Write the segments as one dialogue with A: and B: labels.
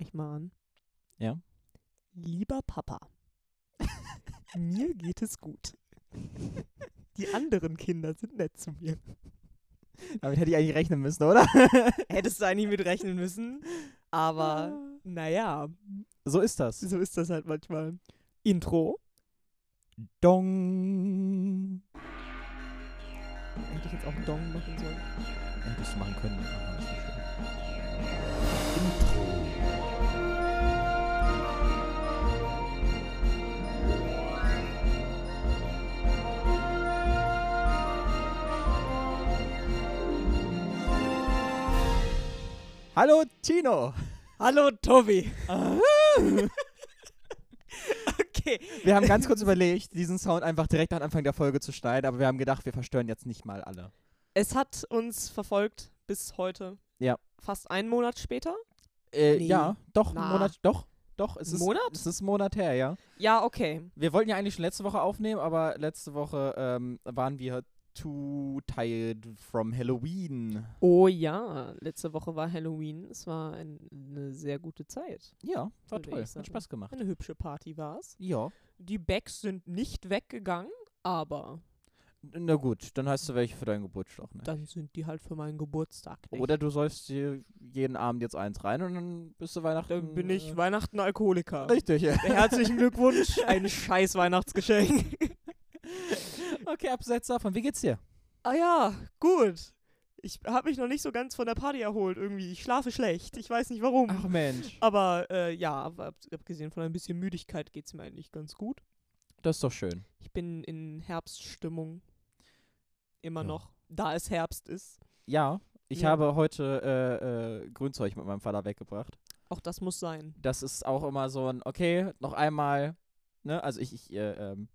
A: Dietmann.
B: Ja.
A: Lieber Papa, mir geht es gut. Die anderen Kinder sind nett zu mir.
B: Damit hätte ich eigentlich rechnen müssen, oder?
A: Hättest du eigentlich mit rechnen müssen, aber naja,
B: So ist das.
A: so ist das halt manchmal. Intro.
B: Dong.
A: Hätte ich jetzt auch Dong machen sollen.
B: Hättest du machen können. aber ist nicht schlimm. Hallo Tino.
A: Hallo Tobi. okay.
B: Wir haben ganz kurz überlegt, diesen Sound einfach direkt am Anfang der Folge zu schneiden, aber wir haben gedacht, wir verstören jetzt nicht mal alle.
A: Es hat uns verfolgt bis heute.
B: Ja.
A: Fast einen Monat später.
B: Äh,
A: Nee.
B: Ja, doch,
A: Na.
B: einen Monat, doch, doch. Es ist,
A: Monat?
B: Es ist ein Monat her, ja.
A: Ja, okay.
B: Wir wollten ja eigentlich schon letzte Woche aufnehmen, aber letzte Woche ähm, waren wir too tired from Halloween.
A: Oh ja, letzte Woche war Halloween. Es war ein, eine sehr gute Zeit.
B: Ja, war
A: Würde
B: toll.
A: ich
B: Hat
A: sagen.
B: Spaß gemacht.
A: Eine hübsche Party war's.
B: Ja.
A: Die Backs sind nicht weggegangen, aber
B: Na gut, dann hast du welche für deinen Geburtstag. Ne?
A: dann sind die halt für meinen Geburtstag nicht.
B: Oder du säufst dir jeden Abend jetzt eins rein und dann bist du Weihnachten.
A: dann bin ich
B: äh,
A: Weihnachten Alkoholiker.
B: Richtig, ja.
A: Herzlichen Glückwunsch, ein scheiß Weihnachtsgeschenk.
B: Okay, abseits davon, wie geht's dir?
A: Ah ja, gut. Ich habe mich noch nicht so ganz von der Party erholt irgendwie. Ich schlafe schlecht. Ich weiß nicht warum.
B: Ach Mensch.
A: Aber äh, ja, ab- ab- abgesehen von ein bisschen Müdigkeit geht es mir eigentlich ganz gut.
B: Das ist doch schön.
A: Ich bin in Herbststimmung. Immer
B: Ja.
A: noch, da es Herbst ist.
B: Ja, ich
A: Ja.
B: habe heute äh, äh, Grünzeug mit meinem Vater weggebracht.
A: Auch das muss sein.
B: Das ist auch immer so ein, okay, noch einmal, ne, also ich, ich äh, ähm,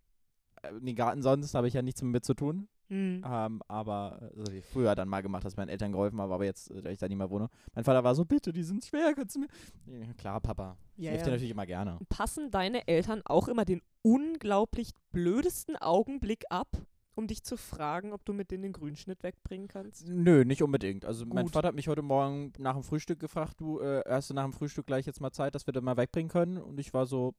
B: äh, den Garten sonst habe ich ja nichts mit zu tun.
A: Hm.
B: Ähm, aber, äh, also ich früher dann mal gemacht, dass meinen Eltern geholfen habe, aber jetzt, äh, da ich da nicht mehr wohne. Mein Vater war so, bitte, die sind schwer, kannst du mir. Ja, klar, Papa. Ich
A: Ja,
B: helfe
A: ja.
B: dir natürlich immer gerne.
A: Passen deine Eltern auch immer den unglaublich blödesten Augenblick ab, um dich zu fragen, ob du mit denen den Grünschnitt wegbringen kannst?
B: Nö, nicht unbedingt. Also mein
A: Gut.
B: Vater hat mich heute Morgen nach dem Frühstück gefragt, du, äh, hast du nach dem Frühstück gleich jetzt mal Zeit, dass wir das mal wegbringen können? Und ich war so,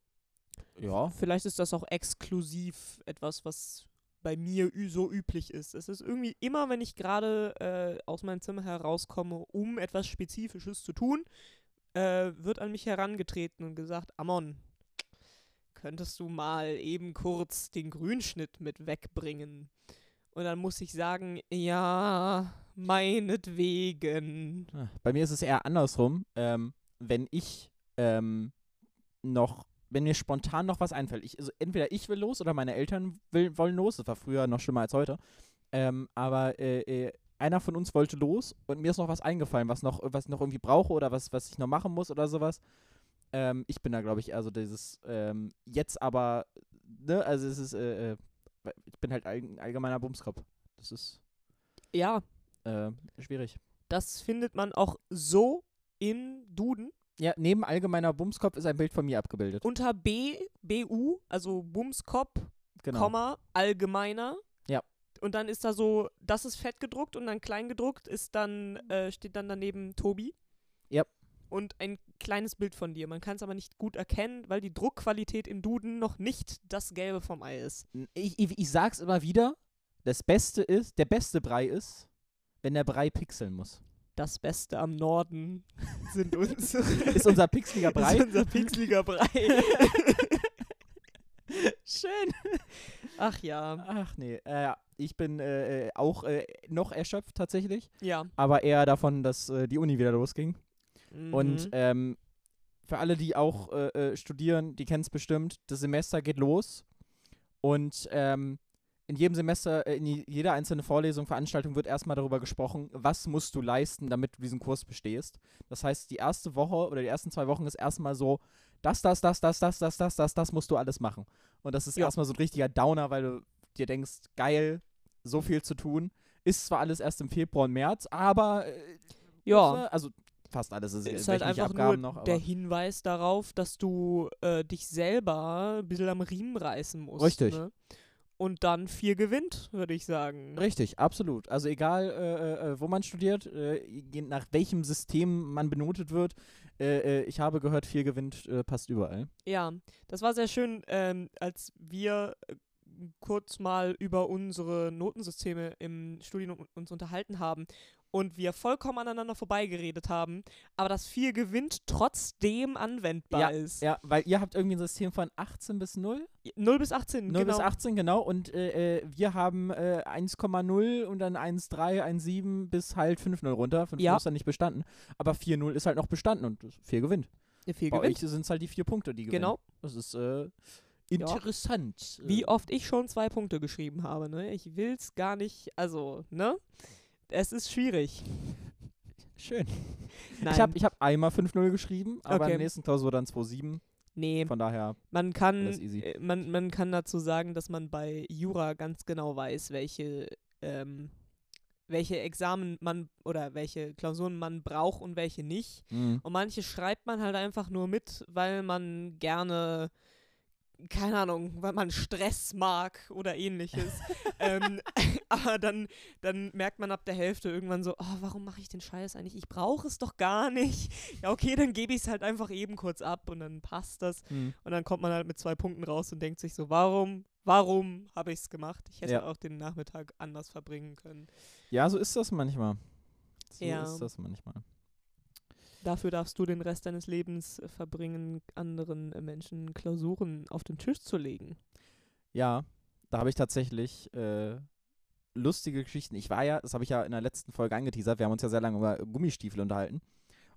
B: ja.
A: Vielleicht ist das auch exklusiv etwas, was bei mir ü- so üblich ist. Es ist irgendwie immer, wenn ich gerade äh, aus meinem Zimmer herauskomme, um etwas Spezifisches zu tun, äh, wird an mich herangetreten und gesagt, Amon, könntest du mal eben kurz den Grünschnitt mit wegbringen? Und dann muss ich sagen, ja, meinetwegen.
B: Ah, Bei mir ist es eher andersrum. Ähm, wenn ich ähm, noch, wenn mir spontan noch was einfällt, ich, also entweder ich will los oder meine Eltern will, wollen los. Das war früher noch schlimmer als heute. Ähm, aber äh, äh, einer von uns wollte los und mir ist noch was eingefallen, was noch, was ich noch irgendwie brauche oder was, was ich noch machen muss oder sowas. Ähm, ich bin da, glaube ich, also dieses ähm, jetzt aber, ne, also es ist, äh, äh, ich bin halt allg- ein allgemeiner Bumskopf. Das ist
A: Ja,
B: äh, schwierig.
A: das findet man auch so im Duden.
B: Ja, neben allgemeiner Bumskopf ist ein Bild von mir abgebildet.
A: unter B, BU, also Bumskop, Komma, allgemeiner.
B: Genau. Ja.
A: Und dann ist da so, das ist fett gedruckt und dann klein gedruckt ist dann, äh, steht dann daneben Tobi.
B: Ja.
A: Und ein kleines Bild von dir. Man kann es aber nicht gut erkennen, weil die Druckqualität im Duden noch nicht das Gelbe vom Ei ist.
B: Ich, ich, ich sag's immer wieder, das Beste ist, der beste Brei ist, wenn der Brei pixeln muss.
A: Das Beste am Norden sind uns.
B: Ist unser pixeliger
A: Brei?
B: Brei.
A: unser pixeliger Brei.
B: Schön.
A: Ach ja.
B: Ach nee, äh, ich bin äh, äh, auch äh, noch erschöpft tatsächlich,
A: Ja.
B: aber eher davon, dass äh, die Uni wieder losging. Und
A: Mhm.
B: ähm, für alle, die auch äh, äh, studieren, die kennen es bestimmt, das Semester geht los. Und ähm, in jedem Semester, äh, in je- jeder einzelnen Vorlesung, Veranstaltung wird erstmal darüber gesprochen, was musst du leisten, damit du diesen Kurs bestehst. Das heißt, die erste Woche oder die ersten zwei Wochen ist erstmal so, das, das, das, das, das, das, das, das, das musst du alles machen. Und das ist
A: Ja.
B: erstmal so ein richtiger Downer, weil du dir denkst, geil, so viel zu tun. Ist zwar alles erst im Februar und März, aber äh,
A: ja.
B: Ne? Also fast alles ist,
A: ist halt
B: wöchentliche
A: einfach nur
B: Abgaben noch, aber
A: der Hinweis darauf, dass du äh, dich selber ein bisschen am Riemen reißen musst.
B: Richtig.
A: Ne? und dann viel gewinnt, würde ich sagen.
B: Richtig, absolut. Also egal, äh, äh, wo man studiert, äh, je nach welchem System man benotet wird, äh, äh, ich habe gehört, viel gewinnt äh, passt überall.
A: Ja, das war sehr schön, ähm, als wir äh, kurz mal über unsere Notensysteme im Studium un- uns unterhalten haben und wir vollkommen aneinander vorbeigeredet haben, aber das viel gewinnt trotzdem anwendbar ist.
B: Ja, weil ihr habt irgendwie ein System von 18 bis 0,
A: 0 bis 18,
B: 0
A: genau.
B: bis 18, genau, und äh, äh, wir haben äh, 1,0 und dann 1,3, 1,7 bis halt 5,0 runter. 5,0
A: Ja.
B: ist dann nicht bestanden, aber 4,0 ist halt noch bestanden und das- viel gewinnt.
A: Ja, viel
B: Bei
A: gewinnt.
B: euch sind es halt die vier Punkte, die gewinnen.
A: Genau.
B: Das ist äh, interessant.
A: Wie
B: Äh,
A: oft ich schon zwei Punkte geschrieben habe, ne? Ich will's gar nicht, also, ne? Es ist schwierig.
B: Schön.
A: Nein,
B: Ich habe ich hab einmal 5-0 geschrieben, aber
A: Okay.
B: in der nächsten Klausur dann 2-7.
A: nee,
B: Von daher,
A: man kann,
B: alles easy.
A: äh, man, man kann dazu sagen, dass man bei Jura ganz genau weiß, welche, ähm, welche Examen man oder welche Klausuren man braucht und welche nicht.
B: mh,
A: Und manche schreibt man halt einfach nur mit, weil man gerne, keine Ahnung, weil man Stress mag oder ähnliches. ähm, aber dann, dann merkt man ab der Hälfte irgendwann so, oh, warum mache ich den Scheiß eigentlich? Ich brauche es doch gar nicht. Ja, okay, dann gebe ich es halt einfach eben kurz ab und dann passt das.
B: mh.
A: Und dann kommt man halt mit zwei Punkten raus und denkt sich so, warum, warum habe ich es gemacht? Ich hätte
B: Ja.
A: auch den Nachmittag anders verbringen können.
B: Ja, so ist das manchmal. So
A: Ja.
B: ist das manchmal.
A: Dafür darfst du den Rest deines Lebens äh, verbringen, anderen äh, Menschen Klausuren auf den Tisch zu legen.
B: Ja, da habe ich tatsächlich äh, lustige Geschichten. Ich war ja, das habe ich ja in der letzten Folge angeteasert, wir haben uns ja sehr lange über Gummistiefel unterhalten.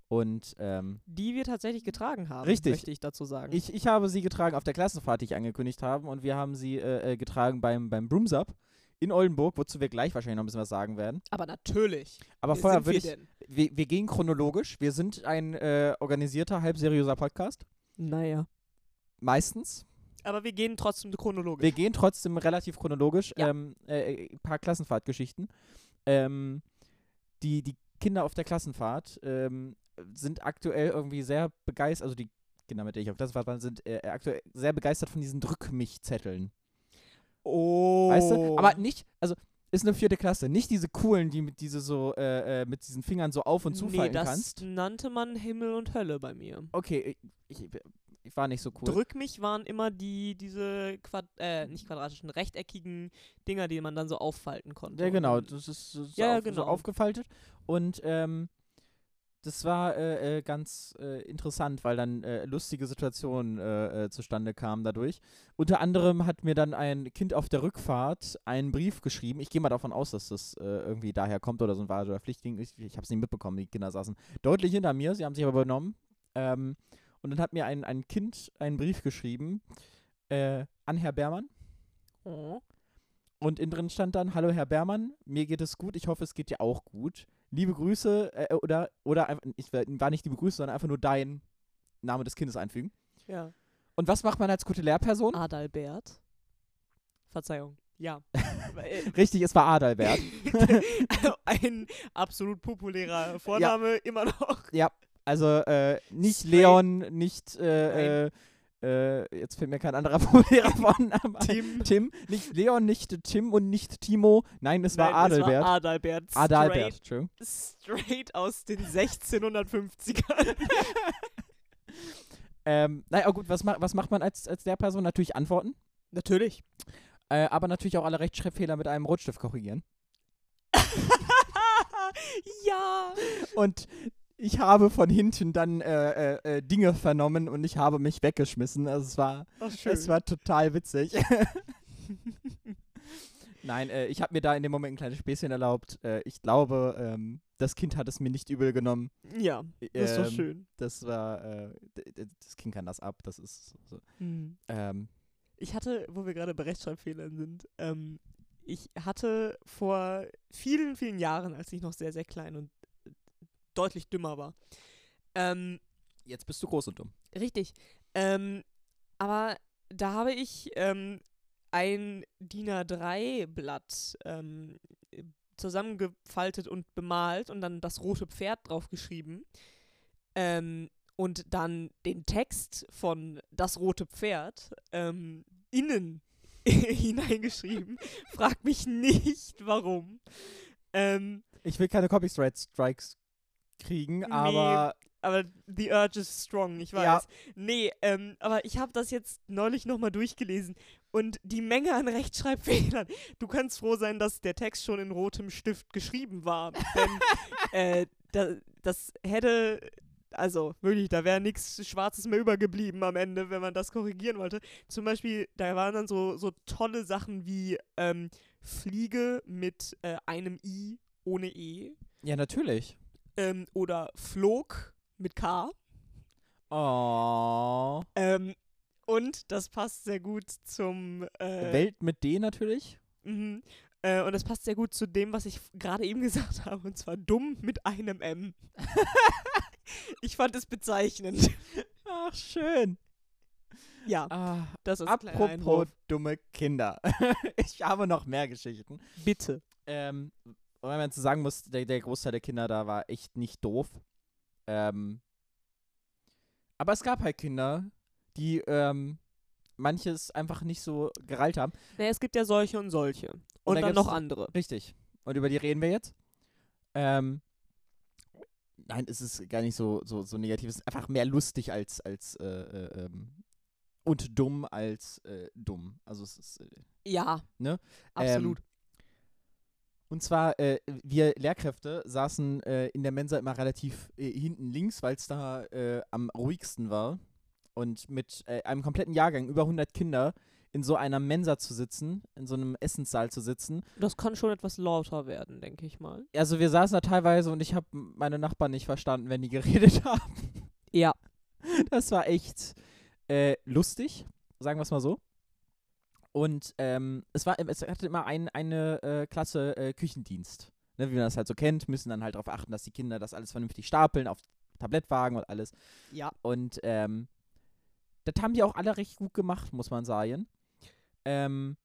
B: Und ähm,
A: Die wir tatsächlich getragen haben,
B: Richtig.
A: möchte ich dazu sagen.
B: ich, ich habe sie getragen auf der Klassenfahrt, die ich angekündigt habe, und wir haben sie äh, äh, getragen beim, beim Broomsup in Oldenburg, wozu wir gleich wahrscheinlich noch ein bisschen was sagen werden.
A: Aber natürlich.
B: Aber
A: Wer
B: vorher
A: Äh, sind wir
B: würde ich,
A: denn?
B: Wir, wir gehen chronologisch. Wir sind ein äh, organisierter, halbseriöser Podcast.
A: Naja.
B: Meistens.
A: Aber wir gehen trotzdem chronologisch.
B: Wir gehen trotzdem relativ chronologisch.
A: Ja.
B: Ähm, äh, ein paar Klassenfahrtgeschichten. Ähm, die, die Kinder auf der Klassenfahrt ähm, sind aktuell irgendwie sehr begeistert. Also die Kinder, mit denen ich auf Klassenfahrt war, sind äh, aktuell sehr begeistert von diesen Drück-mich-Zetteln.
A: oh.
B: Weißt du? Aber nicht, also ist eine vierte Klasse. Nicht diese coolen, die mit diese so, äh, äh, mit diesen Fingern so auf und zu
A: nee,
B: fallen
A: das
B: kannst.
A: nannte man Himmel und Hölle bei mir.
B: Okay, ich, ich, ich war nicht so cool.
A: Drück mich waren immer die, diese, Quad äh, nicht quadratischen, rechteckigen Dinger, die man dann so auffalten konnte.
B: Ja,
A: Und
B: genau.
A: dann-
B: Das ist so, so
A: Ja, ja,
B: auf,
A: genau.
B: so aufgefaltet. Und ähm, das war äh, äh, ganz äh, interessant, weil dann äh, lustige Situationen äh, äh, zustande kamen dadurch. Unter anderem hat mir dann ein Kind auf der Rückfahrt einen Brief geschrieben. Ich gehe mal davon aus, dass das äh, irgendwie daher kommt oder so ein Wahl- oder Pflichtding. Ich, ich habe es nicht mitbekommen. Die Kinder saßen deutlich hinter mir. Sie haben sich aber übernommen. Ähm, und dann hat mir ein, ein Kind einen Brief geschrieben äh, an Herr Bermann.
A: Oh.
B: Und innen drin stand dann, hallo Herr Bermann, mir geht es gut, ich hoffe, es geht dir auch gut. Liebe Grüße, äh, oder, oder einfach, ich war war nicht liebe Grüße, sondern einfach nur dein Name des Kindes einfügen.
A: Ja.
B: Und was macht man als gute Lehrperson?
A: Ah. Adalbert. Verzeihung. Ja. Weil,
B: Richtig, es war Adalbert.
A: äh, Ein absolut populärer Vorname immer noch.
B: Also äh, nicht
A: Straight.
B: Leon, nicht, äh, äh, äh, jetzt fällt mir kein anderer populärer Vorname ein.
A: Tim.
B: Tim, nicht Leon, nicht Tim und nicht Timo. Nein, es war
A: Nein,
B: Adalbert.
A: Es war Adalbert. Straight,
B: Adalbert, Entschuldigung.
A: Straight aus den 1650ern.
B: Ähm, naja, gut, was, ma was macht man als, als Lehrperson? Natürlich antworten.
A: Natürlich.
B: Äh, aber natürlich auch alle Rechtschreibfehler mit einem Rotstift korrigieren.
A: ja.
B: Und ich habe von hinten dann äh, äh, äh, Dinge vernommen und ich habe mich weggeschmissen. Also es war,
A: Ach, schön.
B: es war total witzig. Nein, äh, ich habe mir da in dem Moment ein kleines Späßchen erlaubt. Äh, ich glaube, ähm, das Kind hat es mir nicht übel genommen.
A: ja, das ist doch
B: Ähm,
A: schön.
B: Das war, äh, d- d- das Kind kann das ab. Das ist so.
A: Mhm.
B: Ähm,
A: Ich hatte, wo wir gerade bei Rechtschreibfehlern sind, ähm, ich hatte vor vielen, vielen Jahren, als ich noch sehr, sehr klein und äh, deutlich dümmer war, ähm,
B: jetzt bist du groß und dumm.
A: richtig, ähm, aber da habe ich ähm, ein DIN A3-Blatt ähm, zusammengefaltet und bemalt und dann das rote Pferd draufgeschrieben. Ähm, und dann den Text von Das rote Pferd ähm, innen hineingeschrieben. Frag mich nicht, warum. Ähm,
B: Ich will keine Copyright Strikes kriegen,
A: Nee,
B: aber
A: aber the urge is strong, ich weiß.
B: Ja.
A: Nee, ähm, aber ich habe das jetzt neulich nochmal durchgelesen und die Menge an Rechtschreibfehlern. Du kannst froh sein, dass der Text schon in rotem Stift geschrieben war. Denn äh, da, das hätte, also wirklich, da wäre nichts Schwarzes mehr übergeblieben am Ende, wenn man das korrigieren wollte. Zum Beispiel, da waren dann so, so tolle Sachen wie ähm, Fliege mit äh, einem I ohne E
B: ja, natürlich.
A: ähm, oder Flog mit K.
B: Oh.
A: Ähm, und das passt sehr gut zum äh,
B: Welt mit D natürlich.
A: Mhm. Äh, und das passt sehr gut zu dem, was ich f- gerade eben gesagt habe, und zwar dumm mit einem M. ich fand es bezeichnend.
B: Ach, schön.
A: Ja,
B: Ah,
A: das ist ne? ein kleiner
B: apropos
A: Einwurf.
B: dumme Kinder. ich habe noch mehr Geschichten.
A: bitte.
B: Ähm, wenn man zu sagen muss, der, der Großteil der Kinder da war echt nicht doof. Ähm, aber es gab halt Kinder, die ähm, manches einfach nicht so gerallt haben.
A: Naja, es gibt ja solche und solche. Und
B: da
A: dann
B: gibt's-
A: noch andere.
B: Richtig. Und über die reden wir jetzt. Ähm, nein, es ist gar nicht so, so, so negativ. Es ist einfach mehr lustig als, als äh, äh, ähm, und dumm als äh, dumm. Also es ist äh,
A: Ja,
B: Ne?
A: absolut.
B: Ähm, und zwar, äh, wir Lehrkräfte saßen äh, in der Mensa immer relativ äh, hinten links, weil es da äh, am ruhigsten war. Und mit äh, einem kompletten Jahrgang, über 100 Kinder, in so einer Mensa zu sitzen, in so einem Essenssaal zu sitzen.
A: das kann schon etwas lauter werden, denke ich mal.
B: Also wir saßen da teilweise und ich habe meine Nachbarn nicht verstanden, wenn die geredet haben.
A: Ja.
B: Das war echt äh, lustig, sagen wir es mal so. Und ähm, es war, es hatte immer ein, eine äh, Klasse äh, Küchendienst. Ne, wie man das halt so kennt, müssen dann halt darauf achten, dass die Kinder das alles vernünftig stapeln auf Tablettwagen und alles.
A: Ja.
B: Und ähm, das haben die auch alle recht gut gemacht, muss man sagen. Ähm,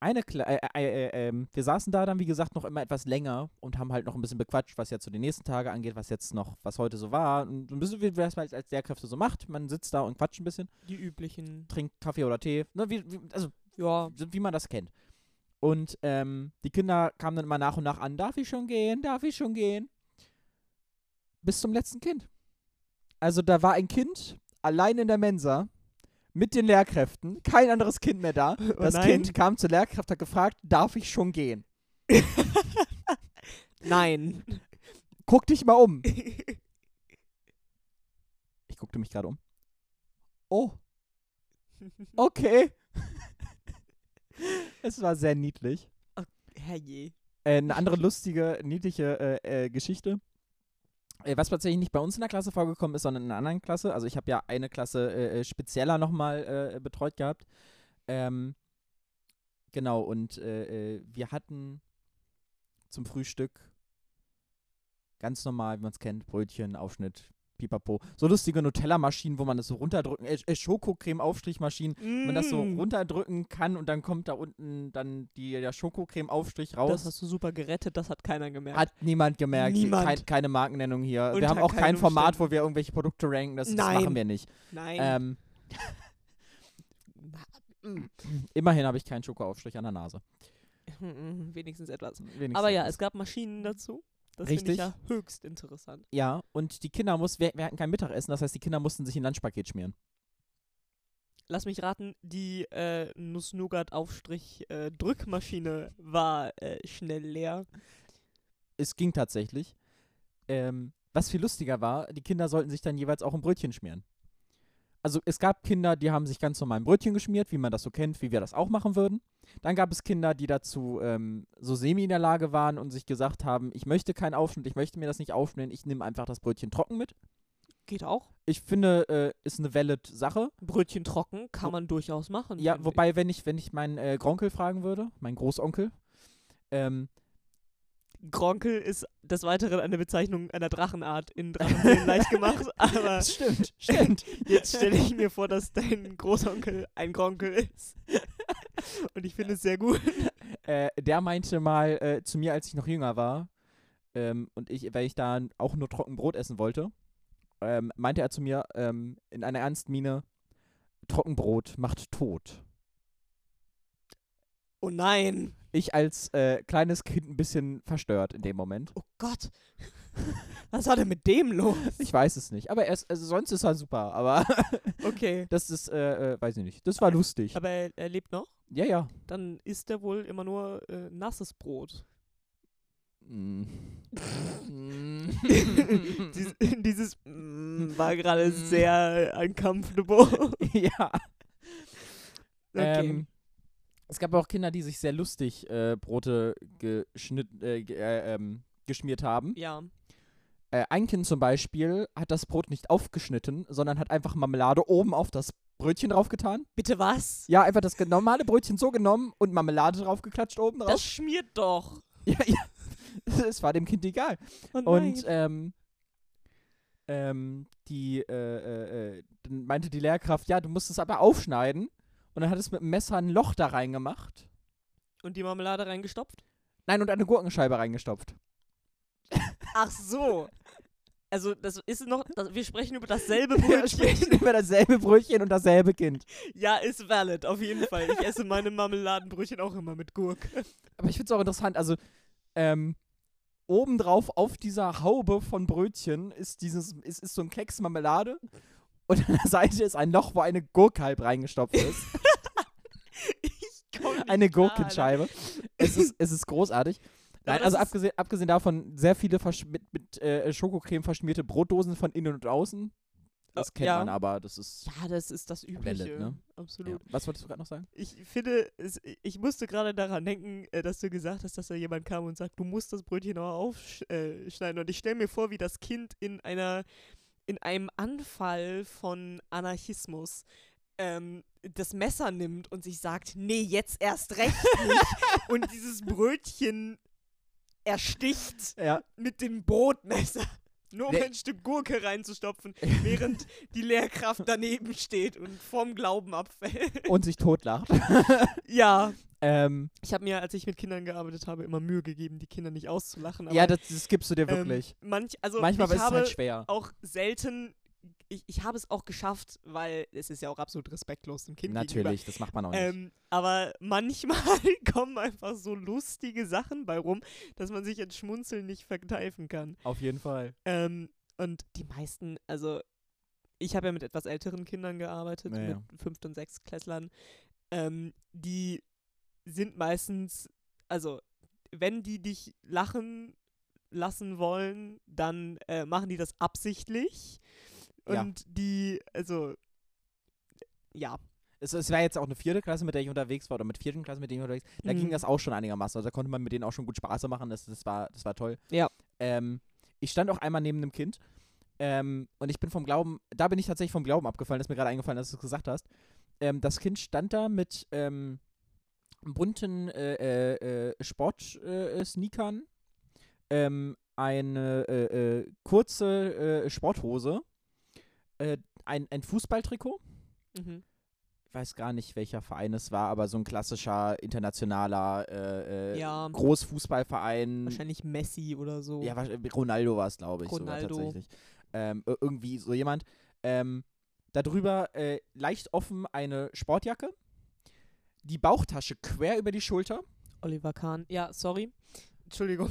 B: eine Kle äh, äh, äh, ähm, wir saßen da dann, wie gesagt, noch immer etwas länger und haben halt noch ein bisschen bequatscht, was ja zu den nächsten Tagen angeht, was jetzt noch, was heute so war. Und so ein bisschen, wie das man als- als Lehrkräfte so macht. Man sitzt da und quatscht ein bisschen,
A: Die üblichen.
B: trinkt Kaffee oder Tee. Ne, wie, wie, also
A: Ja.
B: so wie man das kennt. Und ähm, die Kinder kamen dann immer nach und nach an, darf ich schon gehen, darf ich schon gehen? Bis zum letzten Kind. Also da war ein Kind allein in der Mensa mit den Lehrkräften, kein anderes Kind mehr da. Das
A: Oh nein.
B: Kind kam zur Lehrkraft, hat gefragt, darf ich schon gehen?
A: Nein.
B: Guck dich mal um. Ich guckte mich gerade um. Oh, okay. es war sehr niedlich.
A: Herrje.
B: Äh, eine andere lustige, niedliche äh, äh, Geschichte. Äh, was tatsächlich nicht bei uns in der Klasse vorgekommen ist, sondern in einer anderen Klasse. Also ich habe ja eine Klasse äh, äh, spezieller nochmal äh, betreut gehabt. Ähm, genau, und äh, äh, wir hatten zum Frühstück ganz normal, wie man es kennt, Brötchen, Aufschnitt, Pipapo. So lustige Nutella-Maschinen, wo man das so runterdrücken, äh, äh, Schokocreme-Aufstrichmaschinen, wo man das so
A: Mm.
B: runterdrücken kann und dann kommt da unten dann die, der Schokocreme-Aufstrich raus.
A: Das hast du super gerettet, das hat keiner gemerkt.
B: Hat niemand gemerkt.
A: Niemand.
B: Kein, keine Markennennung hier. wir
A: Unter
B: haben auch kein
A: keinen
B: Format, wo wir irgendwelche Produkte ranken. Das, das
A: Nein.
B: machen wir nicht.
A: Nein.
B: Ähm, immerhin habe ich keinen Schokoaufstrich an der Nase.
A: Mhm, Wenigstens etwas.
B: Wenigstens
A: Aber ja,
B: das.
A: es gab Maschinen dazu. Das finde
B: Richtig.
A: ich ja höchst interessant.
B: ja, und die Kinder mussten, wir, wir hatten kein Mittagessen, das heißt, die Kinder mussten sich ein Lunchpaket schmieren.
A: Lass mich raten, die äh, Nuss-Nougat-Aufstrich-Drückmaschine war äh, schnell leer.
B: Es ging tatsächlich. Ähm, was viel lustiger war, die Kinder sollten sich dann jeweils auch ein Brötchen schmieren. Also es gab Kinder, die haben sich ganz normal ein Brötchen geschmiert, wie man das so kennt, wie wir das auch machen würden. Dann gab es Kinder, die dazu ähm, so semi in der Lage waren und sich gesagt haben, ich möchte keinen Aufschnitt, ich möchte mir das nicht aufschneiden, ich nehme einfach das Brötchen trocken mit.
A: Geht auch.
B: Ich finde, äh, ist eine valid Sache.
A: Brötchen trocken kann
B: Wo-
A: man durchaus machen. Äh,
B: Ja,
A: finde ich.
B: wobei, wenn ich, wenn ich meinen äh, Gronkel fragen würde, meinen Großonkel, ähm,
A: Gronkel ist des Weiteren eine Bezeichnung einer Drachenart in Drachenfilm leicht gemacht, aber
B: stimmt, stimmt.
A: jetzt stelle ich mir vor, dass dein Großonkel ein Gronkel ist. Und ich finde es sehr gut.
B: äh, der meinte mal äh, zu mir, als ich noch jünger war, ähm, und ich, weil ich da auch nur trocken Brot essen wollte, ähm, meinte er zu mir ähm, in einer ernsten Miene, Trockenbrot macht tot.
A: Oh nein.
B: Ich als äh, kleines Kind ein bisschen verstört in dem Moment.
A: Oh Gott. Was war denn mit dem los?
B: Ich weiß es nicht. Aber er ist, also sonst ist er super. Aber
A: Okay.
B: das ist, äh, äh, weiß ich nicht. Das war lustig.
A: Aber er, er lebt noch?
B: Ja, ja.
A: Dann isst er wohl immer nur äh, nasses Brot.
B: Mm.
A: Dies, dieses mm, war gerade sehr uncomfortable.
B: ja.
A: Okay.
B: Ähm, es gab auch Kinder, die sich sehr lustig äh, Brote geschnitt, äh, ge- äh, ähm, geschmiert haben.
A: ja.
B: Äh, ein Kind zum Beispiel hat das Brot nicht aufgeschnitten, sondern hat einfach Marmelade oben auf das Brötchen draufgetan.
A: Bitte was?
B: Ja, einfach das ge- normale Brötchen so genommen und Marmelade draufgeklatscht oben
A: Das
B: drauf.
A: schmiert doch.
B: Ja, ja. Es war dem Kind egal.
A: Oh
B: Und
A: nein.
B: ähm, ähm, die äh, äh, äh, dann meinte die Lehrkraft, ja, du musst es aber aufschneiden. Und dann hat es mit dem Messer ein Loch da reingemacht.
A: Und die Marmelade reingestopft?
B: Nein, und eine Gurkenscheibe reingestopft.
A: Ach so. Also, das ist noch. Das, wir sprechen über dasselbe
B: Wir
A: Brötchen.
B: sprechen über dasselbe Brötchen und dasselbe Kind.
A: ja, ist valid, auf jeden Fall. Ich esse meine Marmeladenbrötchen auch immer mit Gurke.
B: Aber ich finde es auch interessant, also ähm, obendrauf auf dieser Haube von Brötchen ist, dieses, ist, ist so ein Keks Marmelade und an der Seite ist ein Loch, wo eine Gurke halb reingestopft ist.
A: Komm nicht
B: Eine
A: klar, Alter.
B: Gurkenscheibe. Es ist, es ist großartig.
A: Aber
B: Nein,
A: das
B: also
A: ist-
B: abgesehen, abgesehen davon, sehr viele versch mit, mit äh, Schokocreme verschmierte Brotdosen von innen und außen. Das kennt
A: Äh, ja.
B: man aber, das ist.
A: Ja, das ist das Übliche.
B: Valid, ne?
A: Absolut.
B: Was wolltest du gerade noch sagen?
A: Ich finde, es, ich musste gerade daran denken, äh, dass du gesagt hast, dass da jemand kam und sagt, du musst das Brötchen noch aufschneiden. Und ich stelle mir vor, wie das Kind in einer in einem Anfall von Anarchismus ähm, das Messer nimmt und sich sagt, nee, jetzt erst recht nicht. und dieses Brötchen ersticht
B: Ja.
A: mit dem Brotmesser. Nur um
B: Nee.
A: ein Stück Gurke reinzustopfen, während die Lehrkraft daneben steht und vorm Glauben abfällt.
B: Und sich totlacht.
A: Ja,
B: ähm,
A: ich habe mir, als ich mit Kindern gearbeitet habe, immer Mühe gegeben, die Kinder nicht auszulachen. Aber,
B: ja, das, das gibst du dir
A: ähm,
B: wirklich.
A: manch, also
B: Manchmal
A: ich
B: ist es
A: habe
B: halt schwer.
A: auch selten, ich, ich habe es auch geschafft, weil es ist ja auch absolut respektlos dem Kind gegenüber.
B: Natürlich, das macht man auch nicht.
A: Ähm, aber manchmal kommen einfach so lustige Sachen bei rum, dass man sich jetzt Schmunzeln nicht verkneifen kann.
B: Auf jeden Fall.
A: Ähm, und die meisten, also ich habe ja mit etwas älteren Kindern gearbeitet,
B: Naja.
A: mit fünft und sechstklässlern. Ähm, die sind meistens, also wenn die dich lachen lassen wollen, dann äh, machen die das absichtlich. Und
B: Ja.
A: die, also ja,
B: Es, es war jetzt auch eine vierte Klasse, mit der ich unterwegs war, oder mit vierten Klasse, mit der ich unterwegs war. Da
A: Mhm.
B: ging das auch schon einigermaßen. Also da konnte man mit denen auch schon gut Spaß machen. Das, das, war, das war toll.
A: Ja.
B: Ähm, ich stand auch einmal neben einem Kind ähm, und ich bin vom Glauben, da bin ich tatsächlich vom Glauben abgefallen, das ist mir gerade eingefallen, dass du es gesagt hast. Ähm, das Kind stand da mit ähm, bunten äh, äh, äh, Sport-Sneakern, äh, Sneakern, ähm, eine äh, äh, kurze äh, Sporthose, äh, ein, ein Fußballtrikot Hm.
A: mhm.
B: ich weiß gar nicht, welcher Verein es war, aber so ein klassischer internationaler äh, äh,
A: Ja.
B: Großfußballverein.
A: wahrscheinlich Messi oder so.
B: Ja, wahrscheinlich- Ronaldo war es, glaube ich,
A: Ronaldo.
B: sogar tatsächlich. Ähm, ir- irgendwie so jemand. Ähm, darüber äh, leicht offen eine Sportjacke, die Bauchtasche quer über die Schulter.
A: Oliver Kahn. Ja, sorry. Entschuldigung.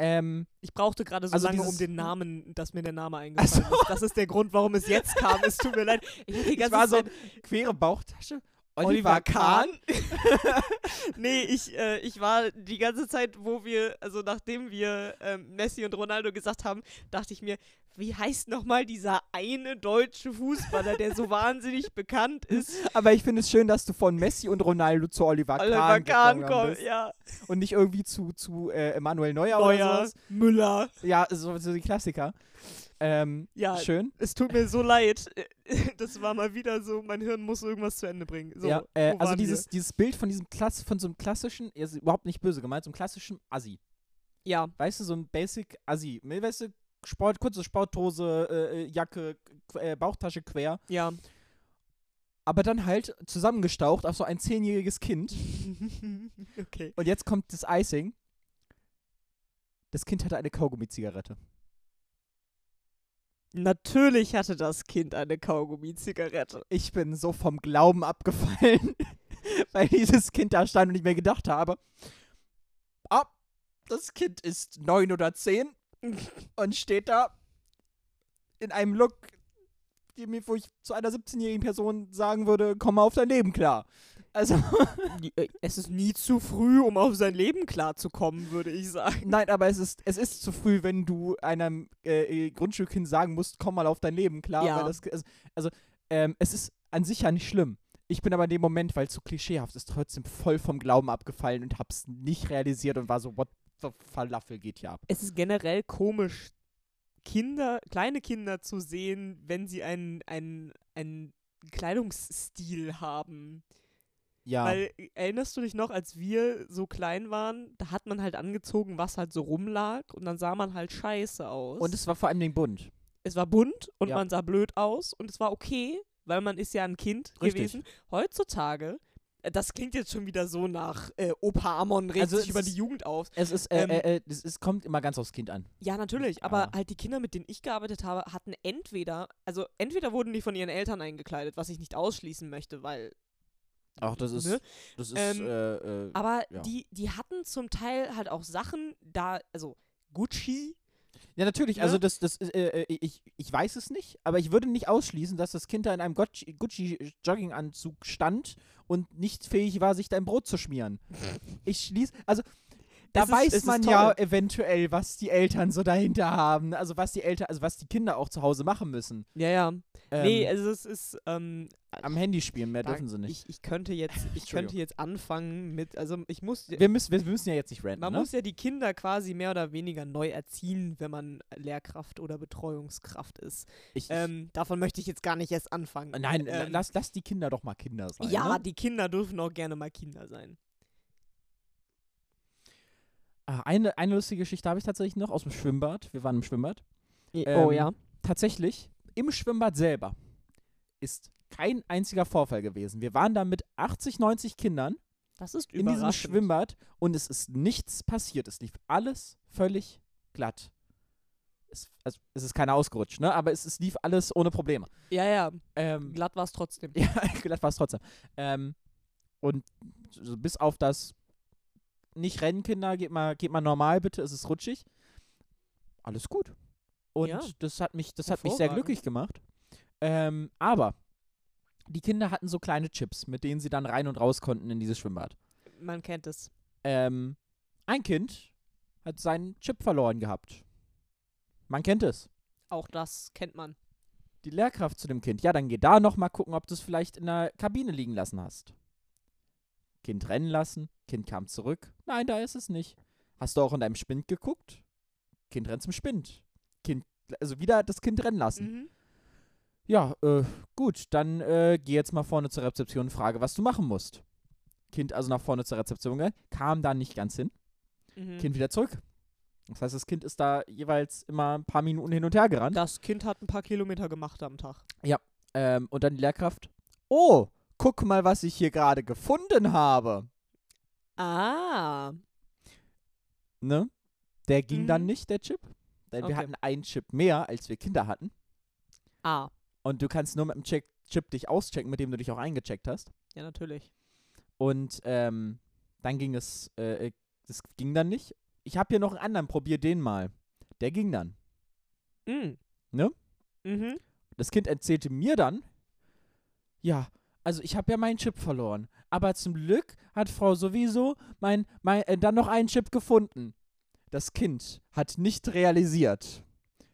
B: Ähm,
A: Ich brauchte gerade so
B: Also
A: lange, um
B: dieses-
A: den Namen, dass mir der Name eingefallen ist. Das ist der Grund, warum es jetzt kam. Es tut mir leid. Ich, hatte die
B: ich
A: ganze
B: war so
A: Zeit-
B: quere Bauchtasche.
A: Oliver Kahn? nee, ich, äh, ich war die ganze Zeit, wo wir, also nachdem wir ähm, Messi und Ronaldo gesagt haben, dachte ich mir, wie heißt nochmal dieser eine deutsche Fußballer, der so wahnsinnig bekannt ist?
B: Aber ich finde es schön, dass du von Messi und Ronaldo zu Oliver,
A: Oliver Kahn
B: Kahn gegangen
A: kommt,
B: bist.
A: ja.
B: Und nicht irgendwie zu, zu äh, Emanuel Neuer, oder
A: Neuer,
B: sowas.
A: Müller.
B: Ja, so, so die Klassiker. Ähm,
A: Ja,
B: schön.
A: es tut mir so leid. Das war mal wieder so, mein Hirn muss irgendwas zu Ende bringen. So,
B: ja, äh,
A: wo
B: also
A: waren
B: dieses, dieses Bild von diesem Klass, von so einem klassischen, er ist überhaupt nicht böse gemeint, so einem klassischen Assi.
A: wir? Ja,
B: Weißt du, so ein Basic Assi. Ne, Weißt du, Sport, kurze Sporthose, äh, äh, Jacke, qu- äh, Bauchtasche quer.
A: ja.
B: Aber dann halt zusammengestaucht auf so ein zehnjähriges Kind.
A: okay.
B: Und jetzt kommt das Icing. Das Kind hatte eine Kaugummi-Zigarette.
A: Natürlich hatte das Kind eine Kaugummi-Zigarette.
B: Ich bin so vom Glauben abgefallen. weil dieses Kind da stand und ich mir gedacht habe, ah, das Kind ist neun oder zehn und steht da in einem Look, die mir, wo ich zu einer 17-jährigen Person sagen würde, komm mal auf dein Leben klar. Also,
A: äh, Es ist nie zu früh, um auf sein Leben klarzukommen, würde ich sagen.
B: nein, aber es ist, es ist zu früh, wenn du einem äh, Grundschulkind sagen musst, komm mal auf dein Leben klar.
A: Ja.
B: Weil das, also, also ähm, es ist an sich ja nicht schlimm. Ich bin aber in dem Moment, weil es so klischeehaft ist, trotzdem voll vom Glauben abgefallen und hab's nicht realisiert und war so, what the Falafel geht hier ab.
A: Es ist generell komisch, Kinder, kleine Kinder zu sehen, wenn sie einen, einen, einen Kleidungsstil haben.
B: Ja.
A: Weil äh, erinnerst du dich noch, als wir so klein waren, da hat man halt angezogen, was halt so rumlag und dann sah man halt scheiße aus.
B: und es war vor allem den Bund.
A: es war bunt und
B: Ja.
A: man sah blöd aus und es war okay, weil man ist ja ein Kind
B: Richtig.
A: gewesen. Heutzutage, äh, das klingt jetzt schon wieder so nach äh, Opa Amon regt
B: Also
A: sich
B: es
A: über
B: ist-
A: die Jugend auf.
B: Es ist, äh,
A: Ähm,
B: äh, äh, es, es kommt immer ganz aufs Kind an.
A: Ja, natürlich, aber
B: Ja.
A: halt die Kinder, mit denen ich gearbeitet habe, hatten entweder, also entweder wurden die von ihren Eltern eingekleidet, was ich nicht ausschließen möchte, weil
B: Ach, das ist,
A: Ne?
B: das ist,
A: Ähm,
B: äh, äh,
A: Aber
B: Ja.
A: die, die hatten zum Teil halt auch Sachen, da, also Gucci.
B: ja natürlich.
A: ne?
B: Also das, das, äh, äh, ich, ich weiß es nicht, aber ich würde nicht ausschließen, dass das Kind da in einem Gucci- Gucci-Jogginganzug stand und nicht fähig war, sich da ein Brot zu schmieren. ich schließe, also da
A: Es ist-
B: weiß
A: es ist
B: man
A: toll.
B: ja eventuell, was die Eltern so dahinter haben. Also was die Eltern, also was die Kinder auch zu Hause machen müssen.
A: Ja, ja.
B: Ähm,
A: nee, also es ist, ähm,
B: am Handy spielen, mehr
A: da-
B: dürfen sie nicht.
A: Ich, ich könnte jetzt, ich könnte
B: Entschuldigung.
A: jetzt anfangen mit, also ich muss,
B: wir, müssen, wir müssen ja jetzt nicht ranten,
A: man
B: ne?
A: muss ja die Kinder quasi mehr oder weniger neu erziehen, wenn man Lehrkraft oder Betreuungskraft ist.
B: Ich, ich,
A: Ähm, davon möchte ich jetzt gar nicht erst anfangen.
B: Nein, la-
A: ähm,
B: lass, lass die Kinder doch mal Kinder sein.
A: ja,
B: Ne?
A: die Kinder dürfen auch gerne mal Kinder sein.
B: Ah, Eine, eine lustige Geschichte habe ich tatsächlich noch aus dem Schwimmbad. Wir waren im Schwimmbad.
A: oh
B: Ähm,
A: ja.
B: Tatsächlich, im Schwimmbad selber ist kein einziger Vorfall gewesen. Wir waren da mit 80, 90 Kindern
A: Das ist
B: in diesem
A: überraschend.
B: Schwimmbad und es ist nichts passiert. Es lief alles völlig glatt. Es, also, es ist keiner ausgerutscht, ne? aber es, es lief alles ohne Probleme.
A: Ja, ja,
B: Ähm,
A: glatt war es trotzdem.
B: Ja, glatt war es trotzdem. Ähm, und so bis auf das nicht rennen, Kinder, geht mal, geht mal normal bitte, es ist rutschig. Alles gut. Und
A: Ja.
B: das hat mich, das hat mich sehr
A: Hervorragend.
B: glücklich gemacht. Ähm, aber die Kinder hatten so kleine Chips, mit denen sie dann rein und raus konnten in dieses Schwimmbad.
A: Man kennt es.
B: Ähm, ein Kind hat seinen Chip verloren gehabt. Man kennt es
A: Auch das kennt man.
B: die Lehrkraft zu dem Kind, ja, dann geh da nochmal gucken, ob du es vielleicht in der Kabine liegen lassen hast. Kind rennen lassen, Kind kam zurück. Nein, da ist es nicht. Hast du auch in deinem Spind geguckt? Kind rennt zum Spind. Kind, also wieder das Kind rennen lassen.
A: Mhm.
B: Ja, äh, gut, dann äh, geh jetzt mal vorne zur Rezeption und frage, was du machen musst. Kind also nach vorne zur Rezeption gegangen, kam da nicht ganz hin,
A: Mhm.
B: Kind wieder zurück. Das heißt, das Kind ist da jeweils immer ein paar Minuten hin und her gerannt.
A: Das Kind hat ein paar Kilometer gemacht am Tag.
B: Ähm, und dann die Lehrkraft. Oh, guck mal, was ich hier gerade gefunden habe.
A: Ah.
B: Ne? Der ging dann
A: Mhm.
B: nicht, der Chip. Denn
A: Okay.
B: wir hatten einen Chip mehr, als wir Kinder hatten.
A: Ah.
B: Und du kannst nur mit dem Check Chip dich auschecken, mit dem du dich auch eingecheckt hast.
A: Ja, natürlich.
B: Und ähm, dann ging es, äh, äh, das ging dann nicht. Ich habe hier noch einen anderen, probier den mal. Der ging dann.
A: Mhm.
B: Ne?
A: Mhm.
B: Das Kind erzählte mir dann, ja, also ich habe ja meinen Chip verloren. Aber zum Glück hat Frau sowieso mein, mein, äh, dann noch einen Chip gefunden. Das Kind hat nicht realisiert,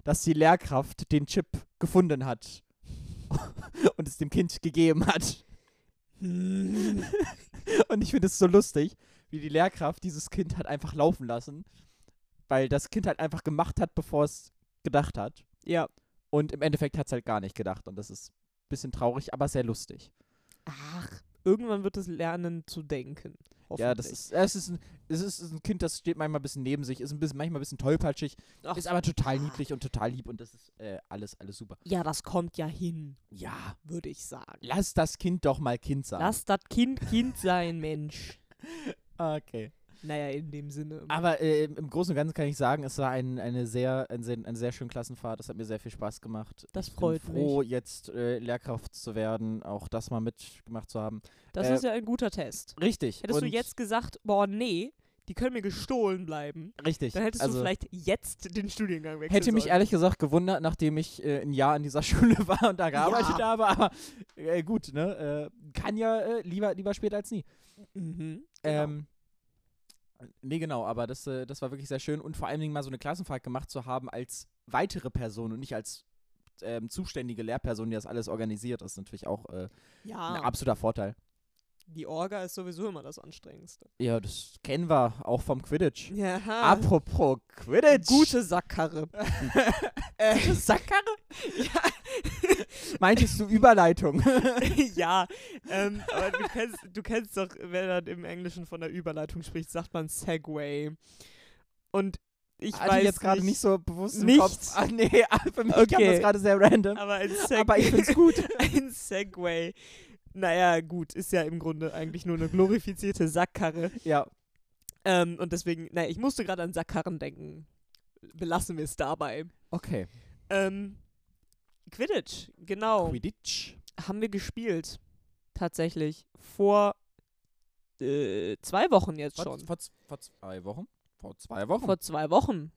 B: dass die Lehrkraft den Chip gefunden hat und es dem Kind gegeben hat.
A: Mhm.
B: Und ich finde es so lustig, wie die Lehrkraft dieses Kind hat einfach laufen lassen, weil das Kind halt einfach gemacht hat, bevor es gedacht hat.
A: ja.
B: Und im Endeffekt hat es halt gar nicht gedacht. Und das ist ein bisschen traurig, aber sehr lustig.
A: Ach, irgendwann wird es lernen zu denken.
B: Ja, das
A: hoffentlich.
B: ist, es ist, ein, es ist ein Kind, das steht manchmal ein bisschen neben sich, ist ein bisschen, manchmal ein bisschen tollpatschig,
A: Ach,
B: ist aber total niedlich und total lieb und das ist äh, alles, alles super.
A: ja, das kommt ja hin,
B: Ja,
A: würde ich sagen.
B: lass das Kind doch mal Kind sein.
A: Lass das Kind Kind sein, Mensch.
B: Okay.
A: Naja, in dem Sinne.
B: Aber äh, im Großen und Ganzen kann ich sagen, es war ein, eine, sehr, ein, sehr, eine sehr schöne Klassenfahrt. Es hat mir sehr viel Spaß gemacht.
A: Das
B: Ich
A: freut
B: bin froh,
A: mich.
B: jetzt äh, Lehrkraft zu werden, auch das mal mitgemacht zu haben.
A: Das
B: äh,
A: ist ja ein guter Test.
B: Richtig.
A: Hättest du
B: und-
A: jetzt gesagt, boah, nee, die können mir gestohlen bleiben,
B: Richtig.
A: dann hättest
B: also,
A: du vielleicht jetzt den Studiengang wechseln
B: Hätte mich
A: sollen.
B: ehrlich gesagt gewundert, nachdem ich äh, ein Jahr in dieser Schule war und da gearbeitet
A: Ja.
B: habe, aber äh, gut, ne? Äh, kann ja äh, lieber, lieber später als nie.
A: Mhm. genau.
B: Ähm, nee, genau, aber das, äh, das war wirklich sehr schön und vor allen Dingen mal so eine Klassenfahrt gemacht zu haben als weitere Person und nicht als ähm, zuständige Lehrperson, die das alles organisiert, ist natürlich auch äh, ein
A: Ja,
B: absoluter Vorteil.
A: die Orga ist sowieso immer das Anstrengendste.
B: Ja, das kennen wir auch vom Quidditch.
A: Ja.
B: Apropos Quidditch.
A: Gute Sackkarre.
B: äh, Sackkarre? Meintest du Überleitung?
A: ja, ähm, aber du kennst, du kennst doch, wenn man im Englischen von der Überleitung spricht, sagt man Segway. Und ich
B: Hatte
A: weiß
B: ich Ah, jetzt gerade nicht, so bewusst im
A: Nicht?
B: Kopf. Ah, nee, für mich kam
A: Okay.
B: das gerade sehr random.
A: aber ein Segway.
B: ne? Aber ich find's gut.
A: ein Segway. Naja, gut, ist ja im Grunde eigentlich nur eine glorifizierte Sackkarre.
B: Ja,
A: Ähm, und deswegen, naja, ich musste gerade an Sackkarren denken. Belassen wir es dabei.
B: okay.
A: Ähm, Quidditch,
B: Oh.
A: genau.
B: Quidditch.
A: haben wir gespielt. Tatsächlich. Vor äh, zwei Wochen jetzt
B: Vor,
A: schon.
B: vor, z- vor zwei Wochen? Vor zwei Wochen?
A: Vor zwei Wochen.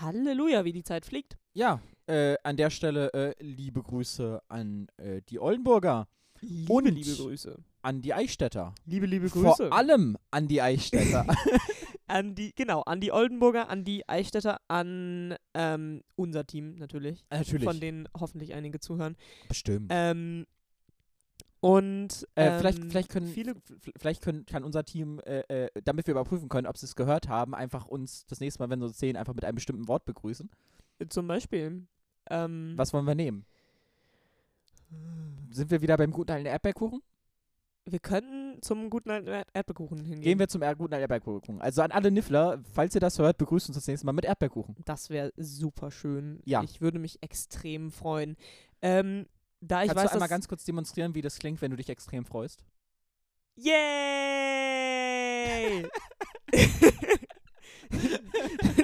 A: Halleluja, wie die Zeit fliegt.
B: ja, äh, an der Stelle äh, liebe Grüße an äh, die Oldenburger,
A: Liebe,
B: Und-
A: liebe Grüße.
B: an die Eichstätter.
A: Liebe, liebe
B: Vor allem an die Eichstätter.
A: An die, genau, an die Oldenburger, an die Eichstätter, an ähm, unser Team natürlich.
B: Äh, Natürlich. Mhm.
A: Von denen hoffentlich einige zuhören.
B: Bestimmt.
A: Ähm, und
B: Äh, vielleicht,
A: ähm,
B: vielleicht können,
A: viele
B: v- vielleicht können, kann unser Team, äh, äh, damit wir überprüfen können, ob sie es gehört haben, einfach uns das nächste Mal, wenn sie uns sehen, einfach mit einem bestimmten Wort begrüßen.
A: zum Beispiel. Ähm,
B: Was wollen wir nehmen? Sind wir wieder beim guten alten Erdbeerkuchen?
A: Wir könnten zum guten alten Erd- Erdbeerkuchen hingehen.
B: Gehen wir zum er guten alten Erdbeerkuchen. Also an alle Niffler, falls ihr das hört, begrüßt uns das nächste Mal mit Erdbeerkuchen.
A: Das wäre super schön.
B: Ja.
A: Ich würde mich extrem freuen. Ähm, da ich
B: Kannst
A: weiß,
B: du einmal
A: dass
B: ganz kurz demonstrieren, wie das klingt, wenn du dich extrem freust?
A: Yay!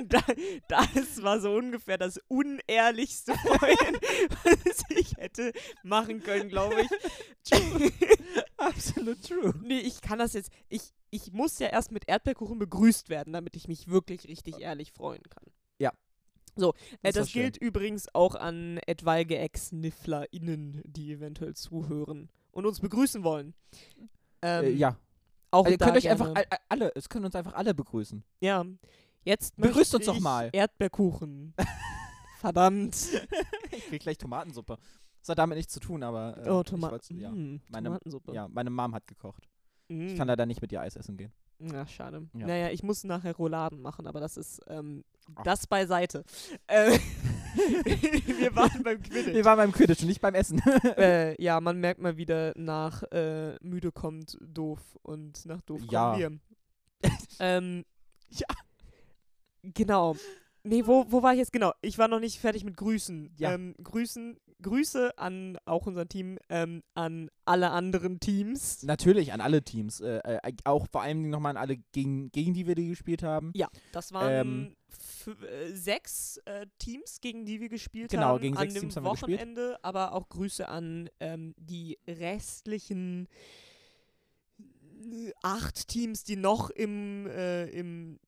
A: da, das war so ungefähr das unehrlichste Freuen, was ich hätte machen können, glaube ich.
B: Absolut true.
A: nee, ich kann das jetzt. Ich, ich muss ja erst mit Erdbeerkuchen begrüßt werden, damit ich mich wirklich richtig ehrlich freuen kann.
B: Ja.
A: So, äh,
B: Das war
A: das gilt übrigens auch an etwaige Ex-NifflerInnen, die eventuell zuhören und uns begrüßen wollen. Ähm,
B: äh, ja.
A: Auch
B: Also ihr
A: da
B: könnt euch
A: gerne.
B: einfach all- all- alle, es können uns einfach alle begrüßen.
A: Ja. Jetzt
B: Begrüßt
A: möchte
B: uns doch
A: ich
B: mal. Äh,
A: Erdbeerkuchen. Verdammt.
B: Ich krieg gleich Tomatensuppe. Das hat damit nichts zu tun, aber äh,
A: oh,
B: ich
A: Toma
B: wollt's- ja.
A: mm,
B: Meine-
A: Tomatensuppe.
B: ja, meine Mom hat gekocht. Ich
A: Mm.
B: kann leider nicht mit ihr Eis essen gehen.
A: Ach, schade.
B: Ja.
A: Naja, ich muss nachher Rouladen machen, aber das ist ähm,
B: Ach.
A: das beiseite. Äh, wir waren beim
B: Wir
A: Quidditch.
B: waren beim Quidditch und nicht beim Essen.
A: Äh, ja, man merkt mal wieder, nach äh, müde kommt doof und nach doof
B: Ja.
A: kommen wir. ähm,
B: Ja.
A: Genau. Nee, wo, wo war ich jetzt? Genau, ich war noch nicht fertig mit Grüßen.
B: Ja.
A: Ähm, Grüßen, Grüße an auch unser Team, ähm, an alle anderen Teams.
B: Natürlich an alle Teams. Äh, äh, auch vor allem nochmal an alle, gegen, gegen die wir die gespielt haben.
A: Ja, das waren
B: Ähm,
A: fü- äh, sechs äh, Teams, gegen die wir gespielt
B: Genau,
A: haben.
B: gegen
A: an
B: sechs
A: dem
B: Teams haben wir gespielt.
A: Wochenende, aber auch Grüße an ähm, die restlichen äh, acht Teams, die noch im, äh, im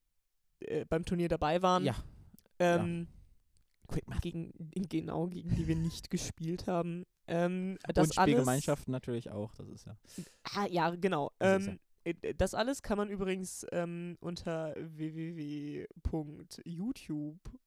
A: äh, beim Turnier dabei waren.
B: Ja.
A: Ähm,
B: Quick Math.
A: Gegen, genau, gegen die wir nicht gespielt haben. Ähm, das
B: Und
A: alles-
B: Spielgemeinschaften natürlich auch. Das ist ja.
A: Ah, ja, genau.
B: Das ist
A: Ähm, äh, das alles kann man übrigens ähm, unter www.youtube.de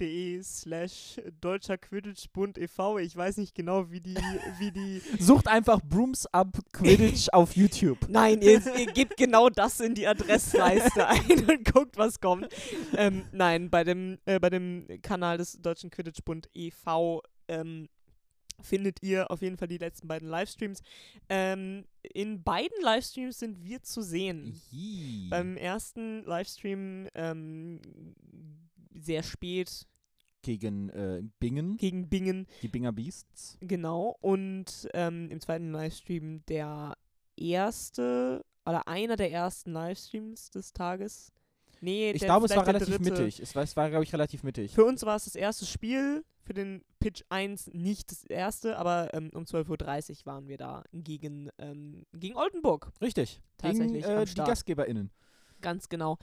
A: e slash Deutscher Quidditch Bund e.V. Ich weiß nicht genau, wie die, wie die.
B: Sucht einfach Brooms Up Quidditch auf YouTube.
A: Nein, ihr, ihr gebt genau das in die Adressleiste ein und guckt, was kommt. Ähm, nein, bei dem, äh, bei dem Kanal des Deutschen Quidditch Bund e.V. Ähm, findet ihr auf jeden Fall die letzten beiden Livestreams. Ähm, in beiden Livestreams sind wir zu sehen.
B: Ii.
A: Beim ersten Livestream ähm, sehr spät
B: gegen äh, Bingen,
A: gegen Bingen,
B: die Binger Beasts.
A: genau. Und ähm, im zweiten Livestream der erste oder einer der ersten Livestreams des Tages. Nee,
B: Ich
A: der,
B: glaube, es
A: vielleicht
B: war
A: der
B: relativ
A: dritte.
B: mittig. Es war, es war glaube ich, relativ mittig.
A: Für uns war es das erste Spiel, für den Pitch 1 nicht das erste, aber ähm, um 12.30 Uhr waren wir da gegen, ähm, gegen Oldenburg.
B: Richtig.
A: Tatsächlich
B: Gegen,
A: am
B: äh, die
A: Start.
B: GastgeberInnen.
A: Ganz genau.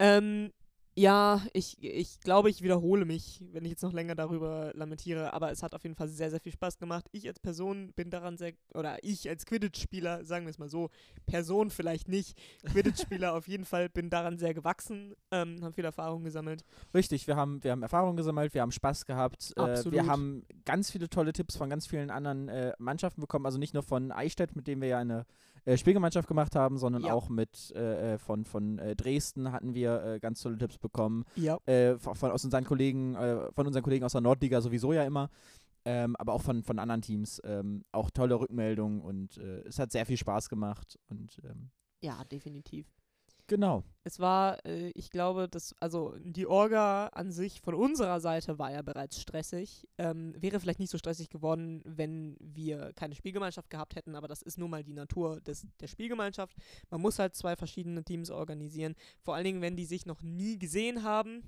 A: Ähm, ja, ich, ich glaube, ich wiederhole mich, wenn ich jetzt noch länger darüber lamentiere, aber es hat auf jeden Fall sehr, sehr viel Spaß gemacht. Ich als Person bin daran sehr, oder ich als Quidditch-Spieler, sagen wir es mal so, Person vielleicht nicht, Quidditch-Spieler auf jeden Fall, bin daran sehr gewachsen, ähm, habe viel Erfahrung gesammelt.
B: Richtig, wir haben, wir haben Erfahrung gesammelt, wir haben Spaß gehabt, äh, wir
A: Absolut.
B: haben ganz viele tolle Tipps von ganz vielen anderen äh, Mannschaften bekommen, also nicht nur von Eichstätt, mit dem wir ja eine äh, Spielgemeinschaft gemacht haben, sondern
A: Ja.
B: auch mit äh, äh, von, von äh, Dresden hatten wir äh, ganz tolle Tipps bekommen,
A: Ja.
B: äh, von, von, aus unseren Kollegen, äh, von unseren Kollegen aus der Nordliga sowieso ja immer, ähm, aber auch von, von anderen Teams, ähm, auch tolle Rückmeldungen und äh, es hat sehr viel Spaß gemacht und ähm,
A: Ja, definitiv.
B: genau.
A: Es war, äh, ich glaube, das, also die Orga an sich von unserer Seite war ja bereits stressig. Ähm, wäre vielleicht nicht so stressig geworden, wenn wir keine Spielgemeinschaft gehabt hätten, aber das ist nun mal die Natur des, der Spielgemeinschaft. Man muss halt zwei verschiedene Teams organisieren, vor allen Dingen, wenn die sich noch nie gesehen haben.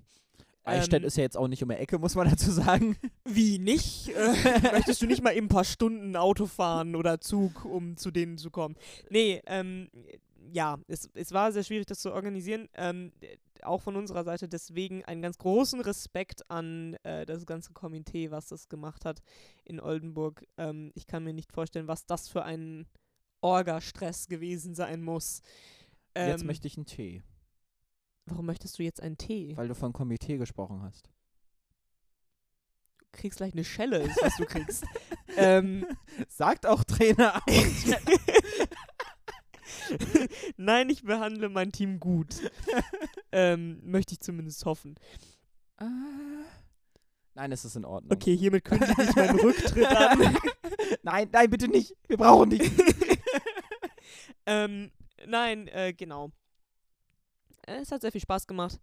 B: Eichstätt
A: Ähm,
B: ist ja jetzt auch nicht um die Ecke, muss man dazu sagen.
A: Wie nicht? Äh, möchtest du nicht mal eben ein paar Stunden Auto fahren oder Zug, um zu denen zu kommen? Nee, ähm, ja, es, es war sehr schwierig, das zu organisieren. Ähm, d- auch von unserer Seite deswegen einen ganz großen Respekt an äh, das ganze Komitee, was das gemacht hat in Oldenburg. Ähm, ich kann mir nicht vorstellen, was das für ein Orga-Stress gewesen sein muss.
B: Jetzt
A: Ähm,
B: möchte ich einen Tee,
A: warum möchtest du jetzt einen Tee?
B: weil du von Komitee gesprochen hast.
A: Du kriegst gleich eine Schelle, ist, was du kriegst. ähm,
B: Sagt auch Trainer.
A: Nein, ich behandle mein Team gut. ähm, möchte ich zumindest hoffen.
B: Oh. Ah. Nein, es ist in Ordnung.
A: Okay, hiermit kündige ich meinen Rücktritt an.
B: nein, nein, bitte nicht. Wir brauchen dich.
A: ähm, nein, äh, genau. Äh, Es hat sehr viel Spaß gemacht.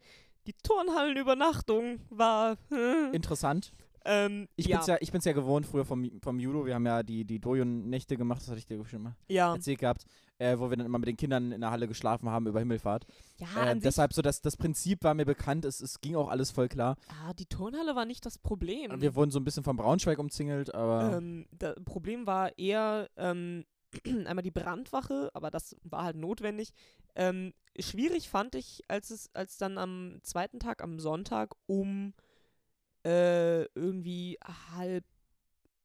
A: Die Turnhallenübernachtung war. Äh,
B: Interessant.
A: ähm,
B: Ich,
A: ja,
B: bin's ja, ich bin's ja gewohnt früher vom, vom Judo. Wir haben ja die, die Dojo-Nächte gemacht, das hatte ich dir schon mal
A: ja.
B: erzählt gehabt, äh, wo wir dann immer mit den Kindern in der Halle geschlafen haben über Himmelfahrt.
A: Ja,
B: äh,
A: Ah, an sich,
B: deshalb so, dass das Prinzip war mir bekannt, es, es ging auch alles voll klar.
A: ah, die Turnhalle war nicht das Problem.
B: Wir wurden so ein bisschen vom Braunschweig umzingelt, aber
A: Ähm, das Problem war eher ähm, einmal die Brandwache, aber das war halt notwendig. Ähm, schwierig fand ich, als es, als dann am zweiten Tag, am Sonntag um äh, irgendwie halb,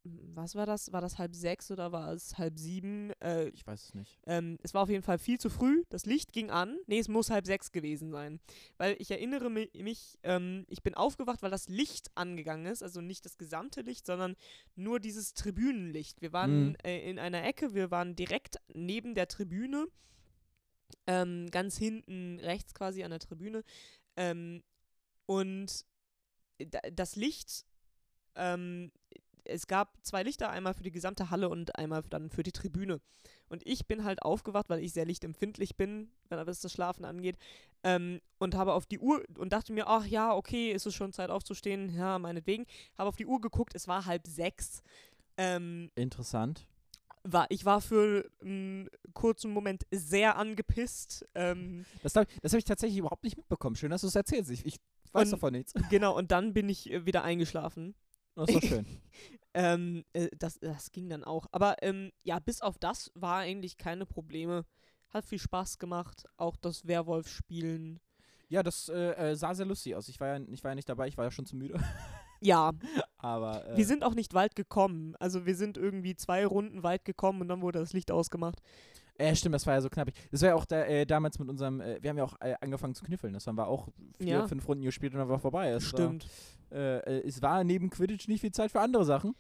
A: was war das? War das halb sechs oder war es halb sieben? Äh,
B: ich weiß es nicht.
A: ähm, es war auf jeden Fall viel zu früh. Das Licht ging an. Nee, es muss halb sechs gewesen sein. Weil ich erinnere mi- mich, ähm, ich bin aufgewacht, weil das Licht angegangen ist. Also nicht das gesamte Licht, sondern nur dieses Tribünenlicht. Wir waren
B: Mhm.
A: äh, in einer Ecke, wir waren direkt neben der Tribüne. Ähm, ganz hinten rechts quasi an der Tribüne. Ähm, und äh, da- das Licht, ähm, es gab zwei Lichter, einmal für die gesamte Halle und einmal dann für die Tribüne. Und ich bin halt aufgewacht, weil ich sehr lichtempfindlich bin, wenn was das Schlafen angeht. Ähm, und habe auf die Uhr und dachte mir, ach ja, okay, ist es schon Zeit aufzustehen? Ja, meinetwegen. Habe auf die Uhr geguckt, es war halb sechs. Ähm,
B: Interessant.
A: war, ich war für einen kurzen Moment sehr angepisst. Ähm,
B: Das, hab- das habe ich tatsächlich überhaupt nicht mitbekommen. Schön, dass du es erzählst. Ich, ich weiß
A: Und-
B: davon nichts.
A: genau, und dann bin ich äh, wieder eingeschlafen.
B: Das ist doch schön.
A: Ähm, äh, das, das ging dann auch. Aber ähm, ja, bis auf das war eigentlich keine Probleme. Hat viel Spaß gemacht. Auch das Werwolf-Spielen.
B: Ja, das äh, äh, sah sehr lustig aus. Ich war, ja, ich war ja nicht dabei, ich war ja schon zu müde.
A: Ja,
B: Aber äh,
A: wir sind auch nicht weit gekommen. Also wir sind irgendwie zwei Runden weit gekommen und dann wurde das Licht ausgemacht.
B: äh, stimmt, das war ja so knapp. Das war ja auch da, äh, damals mit unserem, äh, wir haben ja auch äh, angefangen zu kniffeln. Das haben wir auch vier,
A: Ja.
B: fünf Runden gespielt und dann war vorbei. Es
A: Stimmt.
B: War, äh, äh, es war neben Quidditch nicht viel Zeit für andere Sachen.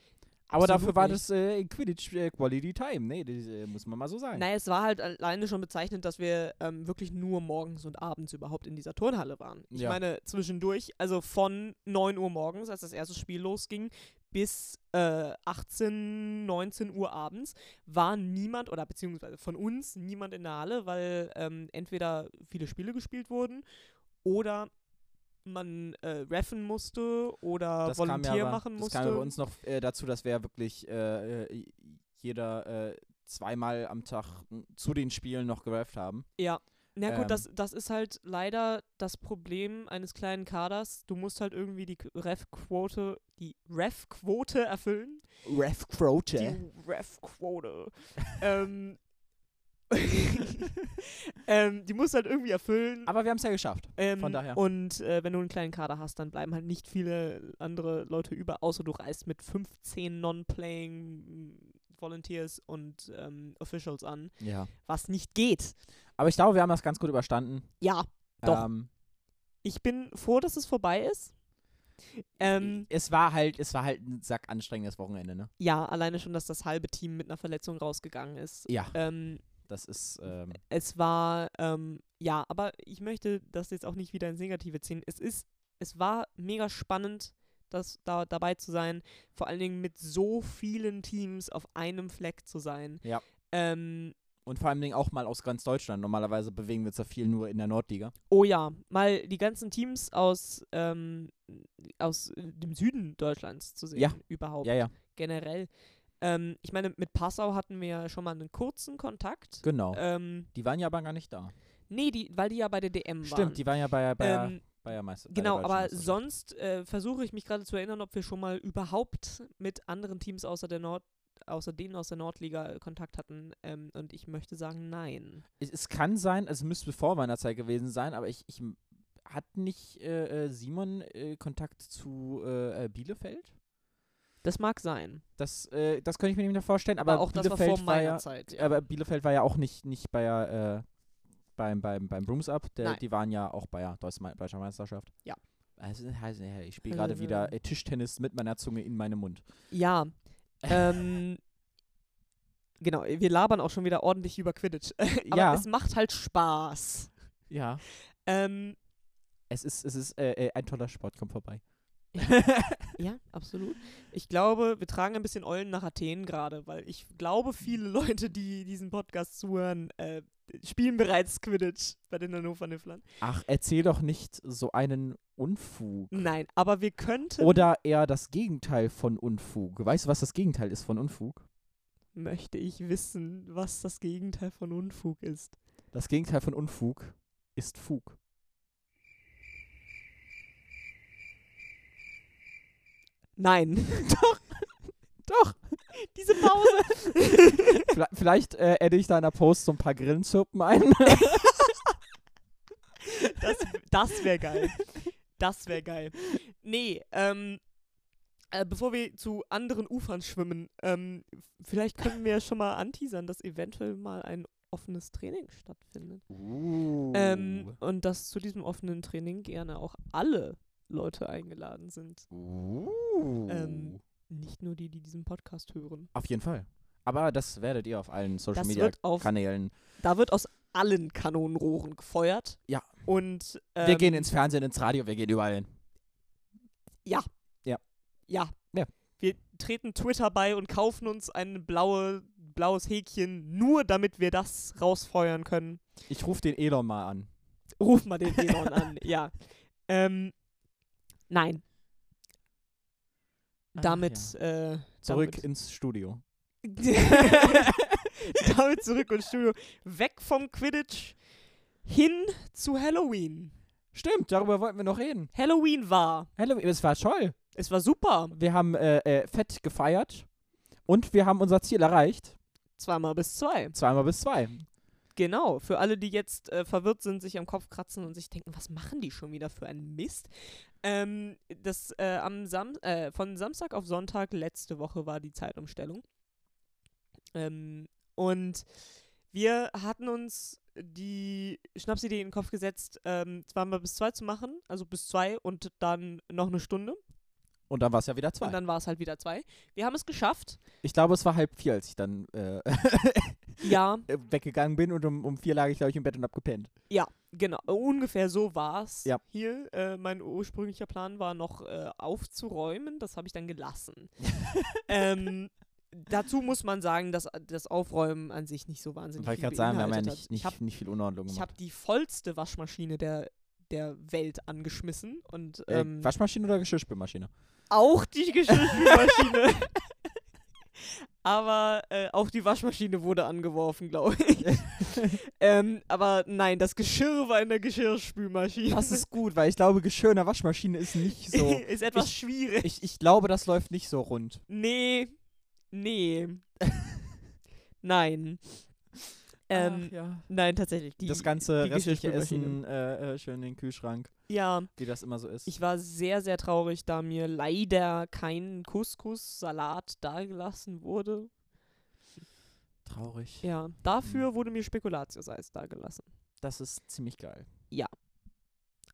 B: Aber
A: Absolut
B: dafür war
A: nicht.
B: das äh, Quidditch äh, Quality Time. Nee, das äh, muss man mal so sagen.
A: Naja, es war halt alleine schon bezeichnend, dass wir ähm, wirklich nur morgens und abends überhaupt in dieser Turnhalle waren. Ich
B: Ja.
A: meine, zwischendurch, also von 9 Uhr morgens, als das erste Spiel losging, bis äh, 18, 19 Uhr abends war niemand oder beziehungsweise von uns niemand in der Halle, weil ähm, entweder viele Spiele gespielt wurden oder man äh, reffen musste oder
B: das kam ja
A: Volontier
B: aber,
A: machen
B: Das
A: musste.
B: kam ja bei uns noch äh, dazu, dass wir ja wirklich äh, äh, jeder äh, zweimal am Tag n- zu den Spielen noch gerafft haben.
A: Ja. Na gut,
B: Ähm.
A: das, das ist halt leider das Problem eines kleinen Kaders. Du musst halt irgendwie die K- Ref-Quote, die Ref-Quote erfüllen.
B: Ref Croce.
A: Die Ref-Quote. ähm, ähm, die musst du halt irgendwie erfüllen.
B: Aber wir haben es ja geschafft.
A: Ähm,
B: von daher.
A: Und äh, wenn du einen kleinen Kader hast, dann bleiben halt nicht viele andere Leute über, außer du reist mit 15 Non-Playing Volunteers und ähm, Officials an,
B: Ja.
A: was nicht geht.
B: Aber ich glaube, wir haben das ganz gut überstanden.
A: Ja, Doch.
B: Ähm,
A: ich bin froh, dass es vorbei ist. Ähm,
B: es war halt, es war halt ein sack anstrengendes Wochenende, ne?
A: ja, alleine schon, dass das halbe Team mit einer Verletzung rausgegangen ist.
B: Ja.
A: Ähm,
B: Das ist, ähm,
A: es war, ähm, ja, aber ich möchte das jetzt auch nicht wieder ins Negative ziehen. Es ist, es war mega spannend, das da dabei zu sein, vor allen Dingen mit so vielen Teams auf einem Fleck zu sein.
B: Ja.
A: Ähm,
B: und vor allem auch mal aus ganz Deutschland. Normalerweise bewegen wir uns ja viel nur in der Nordliga.
A: oh ja, mal die ganzen Teams aus, ähm, aus äh, dem Süden Deutschlands zu sehen,
B: Ja.
A: überhaupt,
B: Ja, ja,
A: generell. Ähm, ich meine, mit Passau hatten wir ja schon mal einen kurzen Kontakt.
B: genau.
A: Ähm,
B: die waren ja aber gar nicht da.
A: nee, die, weil die ja bei der DM waren.
B: Stimmt, die waren ja bei, bei,
A: ähm,
B: bei der Meister. bei der
A: Genau,
B: deutschen
A: aber
B: Meisterschaft.
A: sonst äh, versuche ich mich gerade zu erinnern, ob wir schon mal überhaupt mit anderen Teams außer der Nord außer denen aus der Nordliga äh, Kontakt hatten. Ähm, und ich möchte sagen, nein.
B: Es, es kann sein, es müsste vor meiner Zeit gewesen sein, aber ich, ich m- hat nicht äh, äh, Simon äh, Kontakt zu äh, äh, Bielefeld?
A: Das mag sein.
B: Das, äh, das könnte ich mir nicht mehr vorstellen, aber,
A: Aber, auch das war
B: Bielefeld
A: vor meiner
B: ja,
A: Zeit. Ja.
B: aber Bielefeld war ja auch nicht, nicht bei äh, beim, beim, beim Brooms Up, der,
A: Nein.
B: die waren ja auch bei der Deutschen Mei- Deutscher Meisterschaft.
A: Ja.
B: Also, also, ja, ich spiele
A: Also,
B: gerade wieder äh, Tischtennis mit meiner Zunge in meinem Mund.
A: ja. ähm, genau, wir labern auch schon wieder ordentlich über Quidditch. aber
B: Ja.
A: es macht halt Spaß.
B: Ja.
A: Ähm,
B: Es ist, es ist äh, äh, ein toller Sport, kommt vorbei.
A: ja, absolut. Ich glaube, wir tragen ein bisschen Eulen nach Athen gerade, weil ich glaube, viele Leute, die diesen Podcast zuhören, äh, spielen bereits Quidditch bei den Hannover Nifflern.
B: Ach, erzähl doch nicht so einen Unfug.
A: Nein, aber wir könnten.
B: Oder eher das Gegenteil von Unfug. Weißt du, was das Gegenteil ist von Unfug?
A: möchte ich wissen, was das Gegenteil von Unfug ist.
B: Das Gegenteil von Unfug ist Fug.
A: Nein. Doch.
B: Doch.
A: Diese Pause.
B: Vla- Vielleicht äh, adde ich da in der Post so ein paar Grillenzirpen ein.
A: Das, das wäre geil. Das wäre geil. Nee, ähm, äh, bevor wir zu anderen Ufern schwimmen, ähm, vielleicht können wir schon mal anteasern, dass eventuell mal ein offenes Training stattfindet.
B: Oh.
A: Ähm, und dass zu diesem offenen Training gerne auch alle Leute eingeladen sind. ähm, Nicht nur die, die diesen Podcast hören.
B: auf jeden Fall. Aber das werdet ihr auf allen Social
A: Das
B: Media
A: wird auf,
B: Kanälen.
A: da wird aus allen Kanonenrohren gefeuert.
B: Ja.
A: Und ähm,
B: wir gehen ins Fernsehen, ins Radio, wir gehen überall hin.
A: Ja.
B: Ja.
A: Wir treten Twitter bei und kaufen uns ein blaue, blaues Häkchen, nur damit wir das rausfeuern können.
B: Ich rufe den Elon mal an.
A: Ruf mal den Elon an, ja. Ähm, nein, damit, äh,
B: Zurück
A: damit-
B: ins Studio.
A: damit zurück ins Studio. Weg vom Quidditch hin zu Halloween.
B: Stimmt, darüber wollten wir noch reden.
A: Halloween war.
B: Hallo, es war toll.
A: Es war super.
B: Wir haben äh, äh, fett gefeiert und wir haben unser Ziel erreicht.
A: Zweimal bis zwei.
B: Zweimal bis zwei.
A: Genau, für alle, die jetzt äh, verwirrt sind, sich am Kopf kratzen und sich denken, was machen die schon wieder für einen Mist? Ähm, das, äh, am Sam äh, von Samstag auf Sonntag letzte Woche war die Zeitumstellung. Ähm, und wir hatten uns die Schnapsidee in den Kopf gesetzt, ähm, zweimal bis zwei zu machen, also bis zwei und dann noch eine Stunde.
B: Und dann war es ja wieder zwei.
A: Und dann war es halt wieder zwei. Wir haben es geschafft.
B: ich glaube, es war halb vier, als ich dann äh,
A: Ja,
B: weggegangen bin und um, um vier lag ich, glaube ich, im Bett und hab gepennt.
A: Genau, ungefähr so war's
B: Ja.
A: hier. Äh, mein ursprünglicher Plan war noch äh, aufzuräumen, das habe ich dann gelassen. ähm, dazu muss man sagen, dass äh, das Aufräumen an sich nicht so wahnsinnig
B: Wollte ich
A: viel
B: gerade sagen, wir haben ja
A: beinhaltet hat.
B: nicht,
A: ich habe
B: nicht, nicht viel Unordnung
A: ich
B: gemacht.
A: hab die vollste Waschmaschine der, der Welt angeschmissen und
B: Äh,
A: ähm,
B: Waschmaschine oder Geschirrspülmaschine?
A: auch die Geschirrspülmaschine. Aber äh, auch die Waschmaschine wurde angeworfen, glaube ich. ähm, aber nein, das Geschirr war in der Geschirrspülmaschine.
B: Das ist gut, weil ich glaube, Geschirr in der Waschmaschine ist nicht so.
A: ist etwas schwierig.
B: Ich, ich glaube, das läuft nicht so rund.
A: Nee. Nee. nein. Ähm,
B: ja.
A: Nein, tatsächlich. Die,
B: das ganze
A: die
B: restliche
A: Geschirrspülmaschine.
B: Essen äh, äh, schön in den Kühlschrank,
A: ja,
B: wie das immer so ist.
A: ich war sehr, sehr traurig, da mir leider kein Couscous-Salat dagelassen wurde.
B: Traurig.
A: Ja,
B: Hm.
A: dafür wurde mir Spekulatius-Eis dagelassen.
B: Das ist ziemlich geil.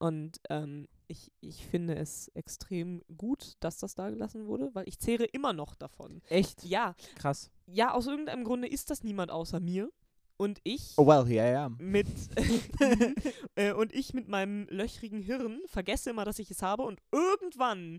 A: Und ähm, ich, ich finde es extrem gut, dass das dagelassen wurde, weil ich zehre immer noch davon.
B: Echt?
A: Ja,
B: Krass.
A: ja, aus irgendeinem Grunde ist das niemand außer mir. Und ich
B: Oh well, here I am.
A: mit äh, und ich mit meinem löchrigen Hirn vergesse immer, dass ich es habe und irgendwann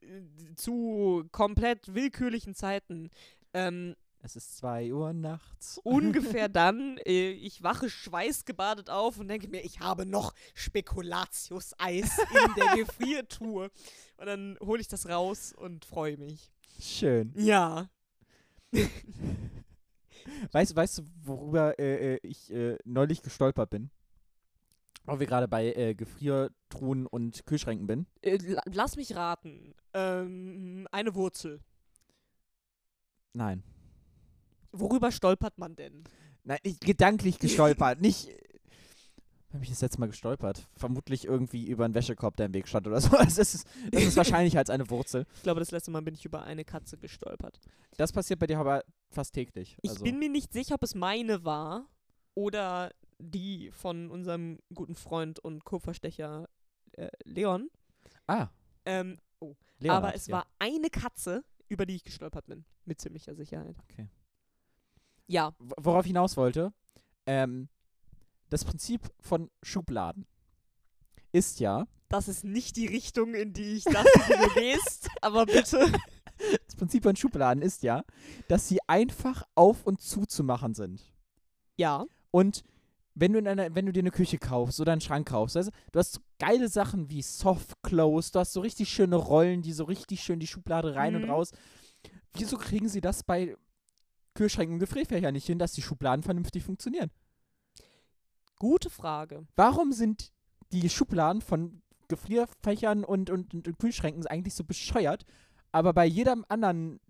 A: äh, zu komplett willkürlichen Zeiten ähm,
B: Es ist 2 Uhr nachts.
A: ungefähr dann, äh, ich wache schweißgebadet auf und denke mir, ich habe noch Spekulatius-Eis in der Gefriertruhe. Und dann hole ich das raus und freue mich.
B: Schön.
A: Ja.
B: Weißt, weißt du, worüber äh, äh, ich äh, neulich gestolpert bin? Weil wir gerade bei äh, Gefriertruhen und Kühlschränken bin.
A: Äh, la- lass mich raten. Ähm, eine Wurzel.
B: Nein.
A: Worüber stolpert man denn?
B: Nein, ich, gedanklich gestolpert. nicht. Habe ich das letzte Mal gestolpert? Vermutlich irgendwie über einen Wäschekorb, der im Weg stand oder so. Das ist, das ist wahrscheinlich als eine Wurzel.
A: Ich glaube, das letzte Mal bin ich über eine Katze gestolpert.
B: Das passiert bei dir aber fast täglich.
A: Ich
B: also.
A: bin mir nicht sicher, ob es meine war oder die von unserem guten Freund und Kupferstecher äh, Leon.
B: ah,
A: Ähm,
B: Leonard,
A: aber es
B: ja.
A: war eine Katze, über die ich gestolpert bin. Mit ziemlicher Sicherheit.
B: Okay.
A: Ja.
B: W- Worauf ich hinaus wollte, ähm, das Prinzip von Schubladen ist ja,
A: Das ist nicht die Richtung, in die ich dachte, du gehst, aber bitte.
B: das Prinzip von Schubladen ist ja, dass sie einfach auf und zuzumachen sind.
A: Ja.
B: Und wenn du, in einer, wenn du dir eine Küche kaufst oder einen Schrank kaufst, also, du hast so geile Sachen wie Soft Close, du hast so richtig schöne Rollen, die so richtig schön die Schublade rein und
A: Mhm.
B: raus. Wieso kriegen sie das bei Kühlschränken und Gefrierfächern nicht hin, dass die Schubladen vernünftig funktionieren?
A: Gute Frage.
B: Warum sind die Schubladen von Gefrierfächern und, und, und, und Kühlschränken eigentlich so bescheuert, aber bei jedem anderen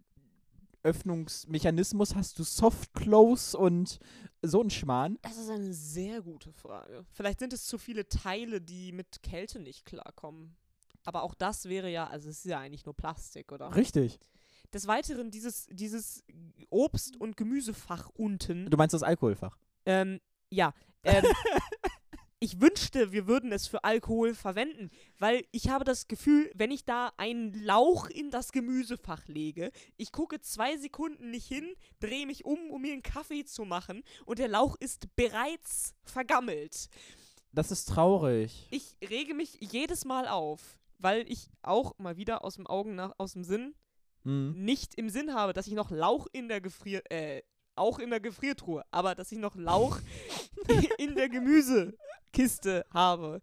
B: Öffnungsmechanismus hast du Soft Close und so ein Schmarrn?
A: Das ist eine sehr gute Frage. Vielleicht sind es zu viele Teile, die mit Kälte nicht klarkommen. Aber auch das wäre ja, also es ist ja eigentlich nur Plastik, oder?
B: Richtig.
A: Des Weiteren, dieses, dieses Obst- und Gemüsefach unten.
B: Du meinst das Alkoholfach?
A: Ähm, ja. Ähm, ich wünschte, wir würden es für Alkohol verwenden, weil ich habe das Gefühl, wenn ich da einen Lauch in das Gemüsefach lege, ich gucke zwei Sekunden nicht hin, drehe mich um, um mir einen Kaffee zu machen und der Lauch ist bereits vergammelt.
B: Das ist traurig.
A: Ich rege mich jedes Mal auf, weil ich auch mal wieder aus dem Augen nach, aus dem Sinn
B: Hm.
A: nicht im Sinn habe, dass ich noch Lauch in der Gefrier äh, auch in der Gefriertruhe, aber dass ich noch Lauch in der Gemüsekiste habe.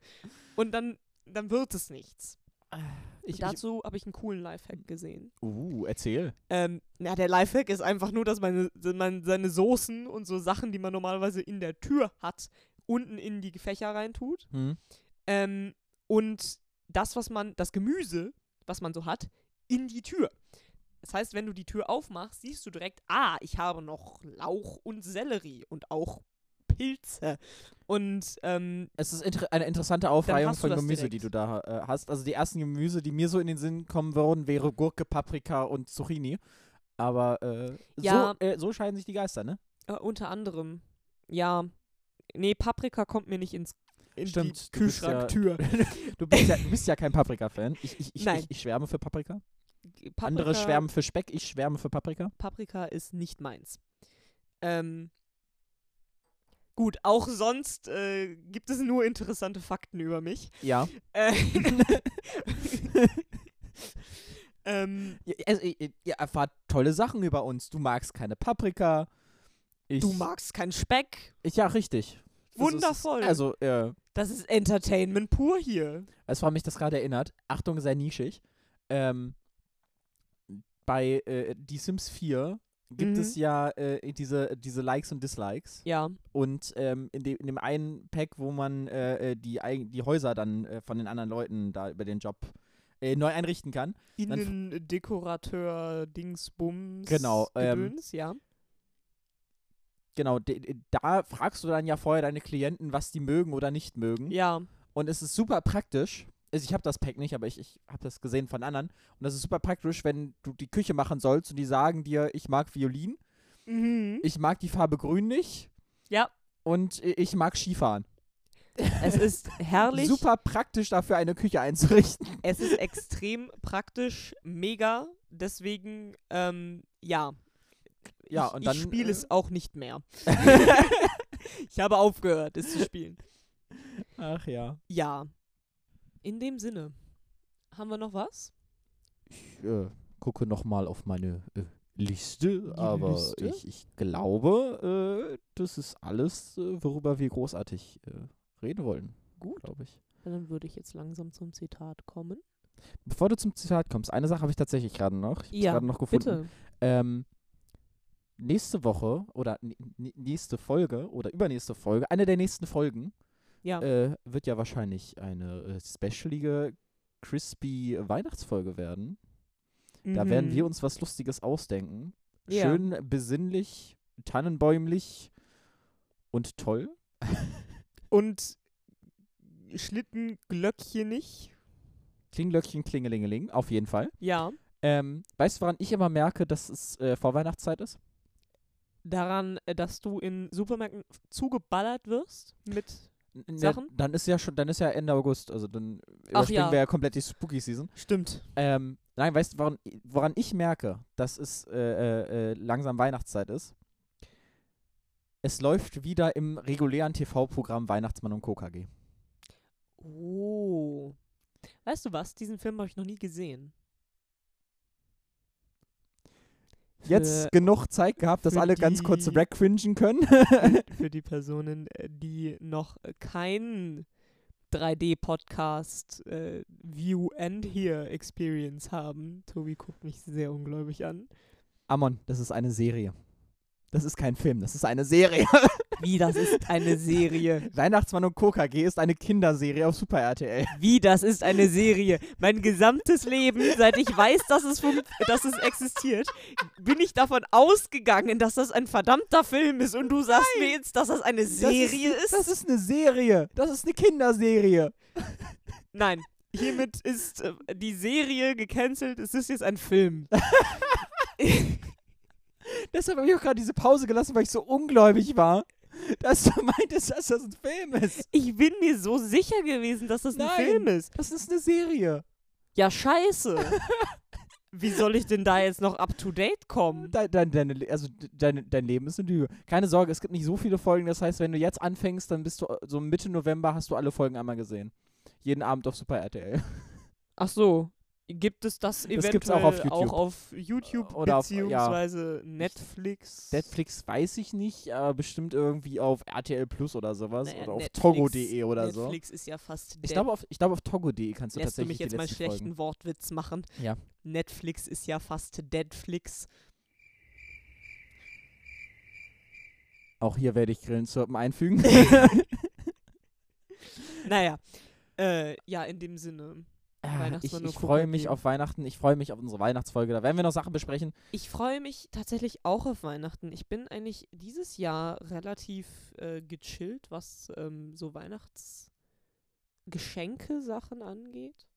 A: Und dann, dann wird es nichts.
B: Ich, Hm. ich,
A: Dazu habe ich einen coolen Lifehack gesehen.
B: uh, erzähl.
A: Ähm, na, der Lifehack ist einfach nur, dass man, man seine Soßen und so Sachen, die man normalerweise in der Tür hat, unten in die Fächer reintut.
B: Hm.
A: Ähm, und das, was man, das Gemüse, was man so hat, in die Tür. Das heißt, wenn du die Tür aufmachst, siehst du direkt, ah, ich habe noch Lauch und Sellerie und auch Pilze. Und ähm,
B: Es ist inter eine interessante Aufreihung
A: hast du
B: von
A: das
B: Gemüse,
A: direkt.
B: die du da äh, hast. Also die ersten Gemüse, die mir so in den Sinn kommen würden, wäre Gurke, Paprika und Zucchini. Aber äh,
A: Ja.
B: so, äh, so scheiden sich die Geister, ne?
A: äh, unter anderem, ja, nee, Paprika kommt mir nicht ins in
B: Stimmt,
A: die
B: du bist ja-
A: Kühlschranktür.
B: Du bist ja, du bist ja kein Paprika-Fan. Ich, ich, ich,
A: Nein.
B: ich, ich schwärme für Paprika.
A: Paprika,
B: Andere schwärmen für Speck, ich schwärme für Paprika.
A: Paprika ist nicht meins. Ähm, gut, auch sonst äh, gibt es nur interessante Fakten über mich.
B: Ja.
A: Äh, ähm,
B: Ihr, also, ihr, ihr erfahrt tolle Sachen über uns. Du magst keine Paprika. Ich,
A: du magst keinen Speck.
B: Ich, ja, richtig. Das ist-
A: Wundervoll.
B: Also, äh,
A: Das ist Entertainment pur hier.
B: als war mich das gerade erinnert, Achtung, sei nischig, ähm, bei äh, Die Sims 4 gibt
A: Mhm.
B: es ja äh, diese, diese Likes und Dislikes.
A: Ja.
B: Und ähm, in, dem in dem einen Pack, wo man äh, äh, die, eigen- die Häuser dann äh, von den anderen Leuten da über den Job äh, neu einrichten kann, f-
A: Innendekorateur, Dingsbums,
B: Genau, ähm,
A: Gedöns, ja.
B: genau, de- de- da fragst du dann ja vorher deine Klienten, was die mögen oder nicht mögen.
A: Ja,
B: Und es ist super praktisch. Also ich habe das Pack nicht, aber ich, ich habe das gesehen von anderen. Und das ist super praktisch, wenn du die Küche machen sollst und die sagen dir, ich mag Violin,
A: mhm.
B: ich mag die Farbe grün nicht.
A: Ja.
B: Und i- ich mag Skifahren.
A: es ist herrlich.
B: Super praktisch dafür, eine Küche einzurichten.
A: Es ist extrem praktisch, mega. Deswegen, ähm, ja.
B: Ja,
A: ich,
B: und dann,
A: Ich spiele
B: äh,
A: es auch nicht mehr. ich habe aufgehört, es zu spielen.
B: Ach ja.
A: Ja. In dem Sinne. Haben wir noch was?
B: Ich äh, gucke nochmal auf meine äh, Liste, aber
A: Liste?
B: Ich, ich glaube, äh, das ist alles, äh, worüber wir großartig äh, reden wollen. Gut. Glaube ich.
A: Dann würde ich jetzt langsam zum Zitat kommen.
B: Bevor du zum Zitat kommst, eine Sache habe ich tatsächlich gerade noch. Ich habe
A: Ja,
B: gerade noch gefunden.
A: Bitte.
B: Ähm, nächste Woche oder n- n- nächste Folge oder übernächste Folge, eine der nächsten Folgen,
A: Ja.
B: äh, wird ja wahrscheinlich eine äh, specialige crispy Weihnachtsfolge werden. Da werden wir uns was Lustiges ausdenken.
A: Mhm. Ja.
B: Schön besinnlich, tannenbäumlich und toll.
A: Und Schlittenglöckchen nicht.
B: Klinglöckchen, klingelingeling, auf jeden Fall.
A: Ja.
B: Ähm, weißt du, woran ich immer merke, dass es äh, Vorweihnachtszeit ist?
A: Daran, äh, dass du in Supermärkten zugeballert wirst mit.
B: N- ne,
A: Sachen?
B: Dann ist ja schon, dann ist ja Ende August, also dann
A: Ach
B: überspringen
A: ja.
B: wir ja komplett die Spooky Season.
A: Stimmt.
B: Ähm, nein, weißt du, woran, woran ich merke, dass es äh, äh, äh, langsam Weihnachtszeit ist? Es läuft wieder im regulären TV-Programm Weihnachtsmann und KKG.
A: Oh. Weißt du was? Diesen Film habe ich noch nie gesehen.
B: Jetzt genug Zeit gehabt, dass
A: für
B: alle ganz kurz
A: die-
B: wegcringen können.
A: Für die Personen, äh, die noch äh, keinen 3D-Podcast äh, View and Hear Experience haben. Tobi guckt mich sehr ungläubig an.
B: Amon, das ist eine Serie. Das ist kein Film, das ist eine Serie.
A: Wie, das ist eine Serie.
B: Weihnachtsmann und KKG ist eine Kinderserie auf Super RTL.
A: Wie, das ist eine Serie. Mein gesamtes Leben, seit ich weiß, dass es, funkt- dass es existiert, bin ich davon ausgegangen, dass das ein verdammter Film ist. Und du sagst mir jetzt, dass das eine Serie
B: das ist? Das ist eine Serie. Das ist eine Kinderserie.
A: Nein. Hiermit ist äh, die Serie gecancelt. Es ist jetzt ein Film.
B: Deshalb habe ich auch gerade diese Pause gelassen, weil ich so ungläubig war, dass du meintest, dass das ein Film ist.
A: Ich bin mir so sicher gewesen, dass das ein
B: Nein.
A: Film ist.
B: Das ist eine Serie.
A: Ja, scheiße. Wie soll ich denn da jetzt noch up to date kommen?
B: Dein, dein, deine, Le- also de- dein, dein Leben ist eine Lüge. Keine Sorge, es gibt nicht so viele Folgen. Das heißt, wenn du jetzt anfängst, dann bist du äh, so Mitte November hast du alle Folgen einmal gesehen. Jeden Abend auf Super RTL.
A: Ach so. Gibt es das eventuell
B: gibt's auch auf YouTube.
A: auch auf YouTube
B: Oder auf- ja.
A: beziehungsweise Netflix?
B: Netflix weiß ich nicht, aber bestimmt irgendwie auf RTL Plus oder sowas.
A: Naja,
B: oder auf
A: Netflix-
B: togo.de oder so.
A: Netflix ist ja fast
B: Ich
A: dead.
B: glaube, auf, ich glaube, auf togo.de kannst du
A: Lässt du
B: tatsächlich
A: mich
B: die
A: jetzt mal einen
B: letzten
A: schlechten
B: Folgen.
A: Wortwitz machen?
B: Ja.
A: Netflix ist ja fast Deadflix.
B: Auch hier werde ich Grillenzirpen einfügen.
A: Naja. Äh, ja, in dem Sinne.
B: Ah, ich
A: Weihnachtsmann
B: ich
A: und
B: freue mich
A: KKG.
B: auf Weihnachten, ich freue mich auf unsere Weihnachtsfolge. Da werden wir noch Sachen besprechen.
A: Ich freue mich tatsächlich auch auf Weihnachten. Ich bin eigentlich dieses Jahr relativ äh, gechillt, was ähm, so Weihnachtsgeschenke-Sachen angeht.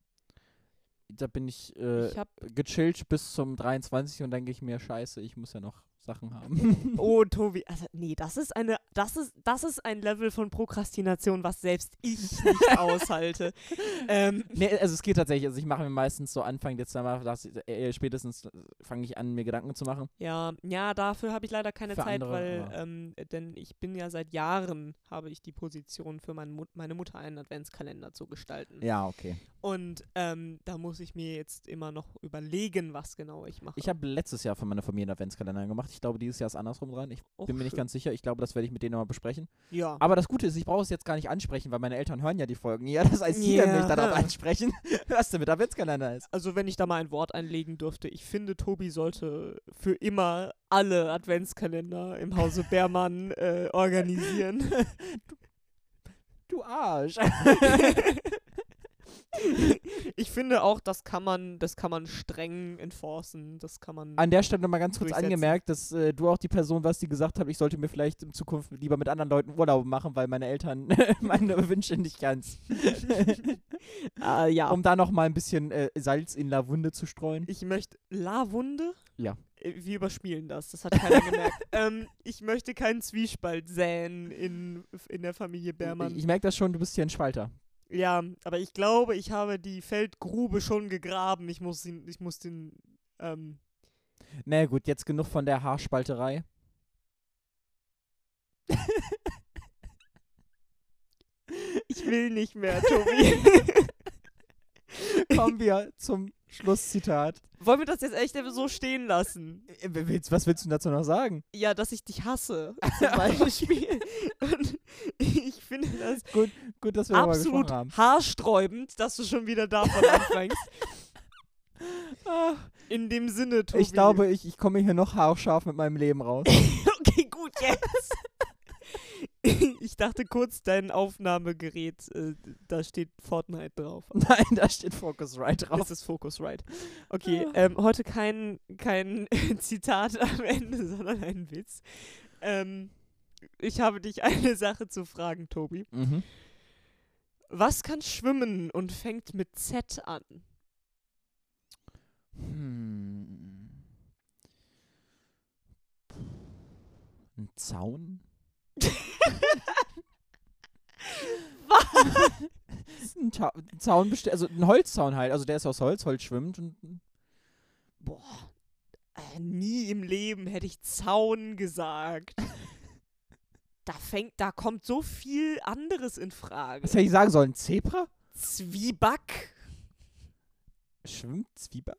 B: Da bin ich, äh,
A: ich habe
B: gechillt bis zum 23 und dann gehe ich mir scheiße, ich muss ja noch Sachen haben.
A: Oh, Tobi, also nee, das ist eine, das ist, das ist ein Level von Prokrastination, was selbst ich nicht aushalte. Ähm,
B: nee, also es geht tatsächlich. Also ich mache mir meistens so Anfang Dezember, dass ich, äh, spätestens fange ich an, mir Gedanken zu machen.
A: ja, ja, dafür habe ich leider keine
B: Für
A: Zeit,
B: andere,
A: weil,
B: ja.
A: ähm, denn ich bin ja seit Jahren, habe ich die Position für mein Mut, meine Mutter einen Adventskalender zu gestalten.
B: Ja, okay.
A: Und ähm, da muss ich mir jetzt immer noch überlegen, was genau ich mache.
B: Ich habe letztes Jahr für meine Familie einen Adventskalender gemacht. Ich Ich glaube, dieses Jahr ist andersrum dran. Ich
A: Auch
B: bin mir nicht
A: schön.
B: ganz sicher. Ich glaube, das werde ich mit denen nochmal besprechen.
A: Ja.
B: Aber das Gute ist, ich brauche es jetzt gar nicht ansprechen, weil meine Eltern hören ja die Folgen. Ja, das heißt, sie werden mich
A: Ja.
B: darauf ansprechen, was der mit Adventskalender ist.
A: Also wenn ich da mal ein Wort einlegen dürfte, ich finde, Tobi sollte für immer alle Adventskalender im Hause Bermann äh, organisieren.
B: Du Arsch.
A: ich finde auch, das kann man, das kann man streng enforcen. Das kann man.
B: An der Stelle mal ganz kurz
A: Durchsetzen.
B: angemerkt, dass äh, du auch die Person warst, die gesagt hat, ich sollte mir vielleicht in Zukunft lieber mit anderen Leuten Urlaub machen, weil meine Eltern meine Wünsche nicht ganz.
A: Ah, ja.
B: Um da nochmal ein bisschen äh, Salz in la Wunde zu streuen.
A: Ich möchte Lavunde.
B: Ja.
A: Äh, Wir überspielen das, das hat keiner gemerkt. ähm, ich möchte keinen Zwiespalt säen in, in der Familie Bermann.
B: ich ich merke das schon, du bist hier ein Spalter.
A: Ja, aber ich glaube, ich habe die Feldgrube schon gegraben. Ich muss ihn, ich muss den, ähm,
B: Na naja, gut, jetzt genug von der Haarspalterei.
A: ich will nicht mehr, Tobi.
B: Kommen wir zum Schlusszitat.
A: Wollen wir das jetzt echt einfach so stehen lassen?
B: Äh, w- willst- Was willst du dazu noch sagen?
A: Ja, dass ich dich hasse, zum Beispiel. Und ich finde das
B: Gut, dass wir darüber
A: absolut
B: gesprochen haben.
A: haarsträubend, dass du schon wieder davon anfängst. In dem Sinne, Tobi.
B: Ah, Ich glaube, ich, ich komme hier noch haarscharf mit meinem Leben raus.
A: Okay, gut, jetzt. ich dachte kurz, dein Aufnahmegerät, äh, da steht Fortnite drauf.
B: Nein, da steht Focusrite drauf.
A: Das ist Focusrite. Okay,
B: Ah.
A: ähm, heute kein, kein Zitat am Ende, sondern ein Witz. Ähm, ich habe dich eine Sache zu fragen, Tobi.
B: Mhm.
A: Was kann schwimmen und fängt mit Z an?
B: Hm. Ein Zaun? Ein, Ta ein Zaun besteht, also ein Holzzaun halt, also der ist aus Holz, Holz schwimmt und
A: Boah, äh, nie im Leben hätte ich Zaun gesagt. Da fängt, da kommt so viel anderes in Frage.
B: was hätte ich sagen sollen? Zebra?
A: Zwieback.
B: Schwimmt Zwieback?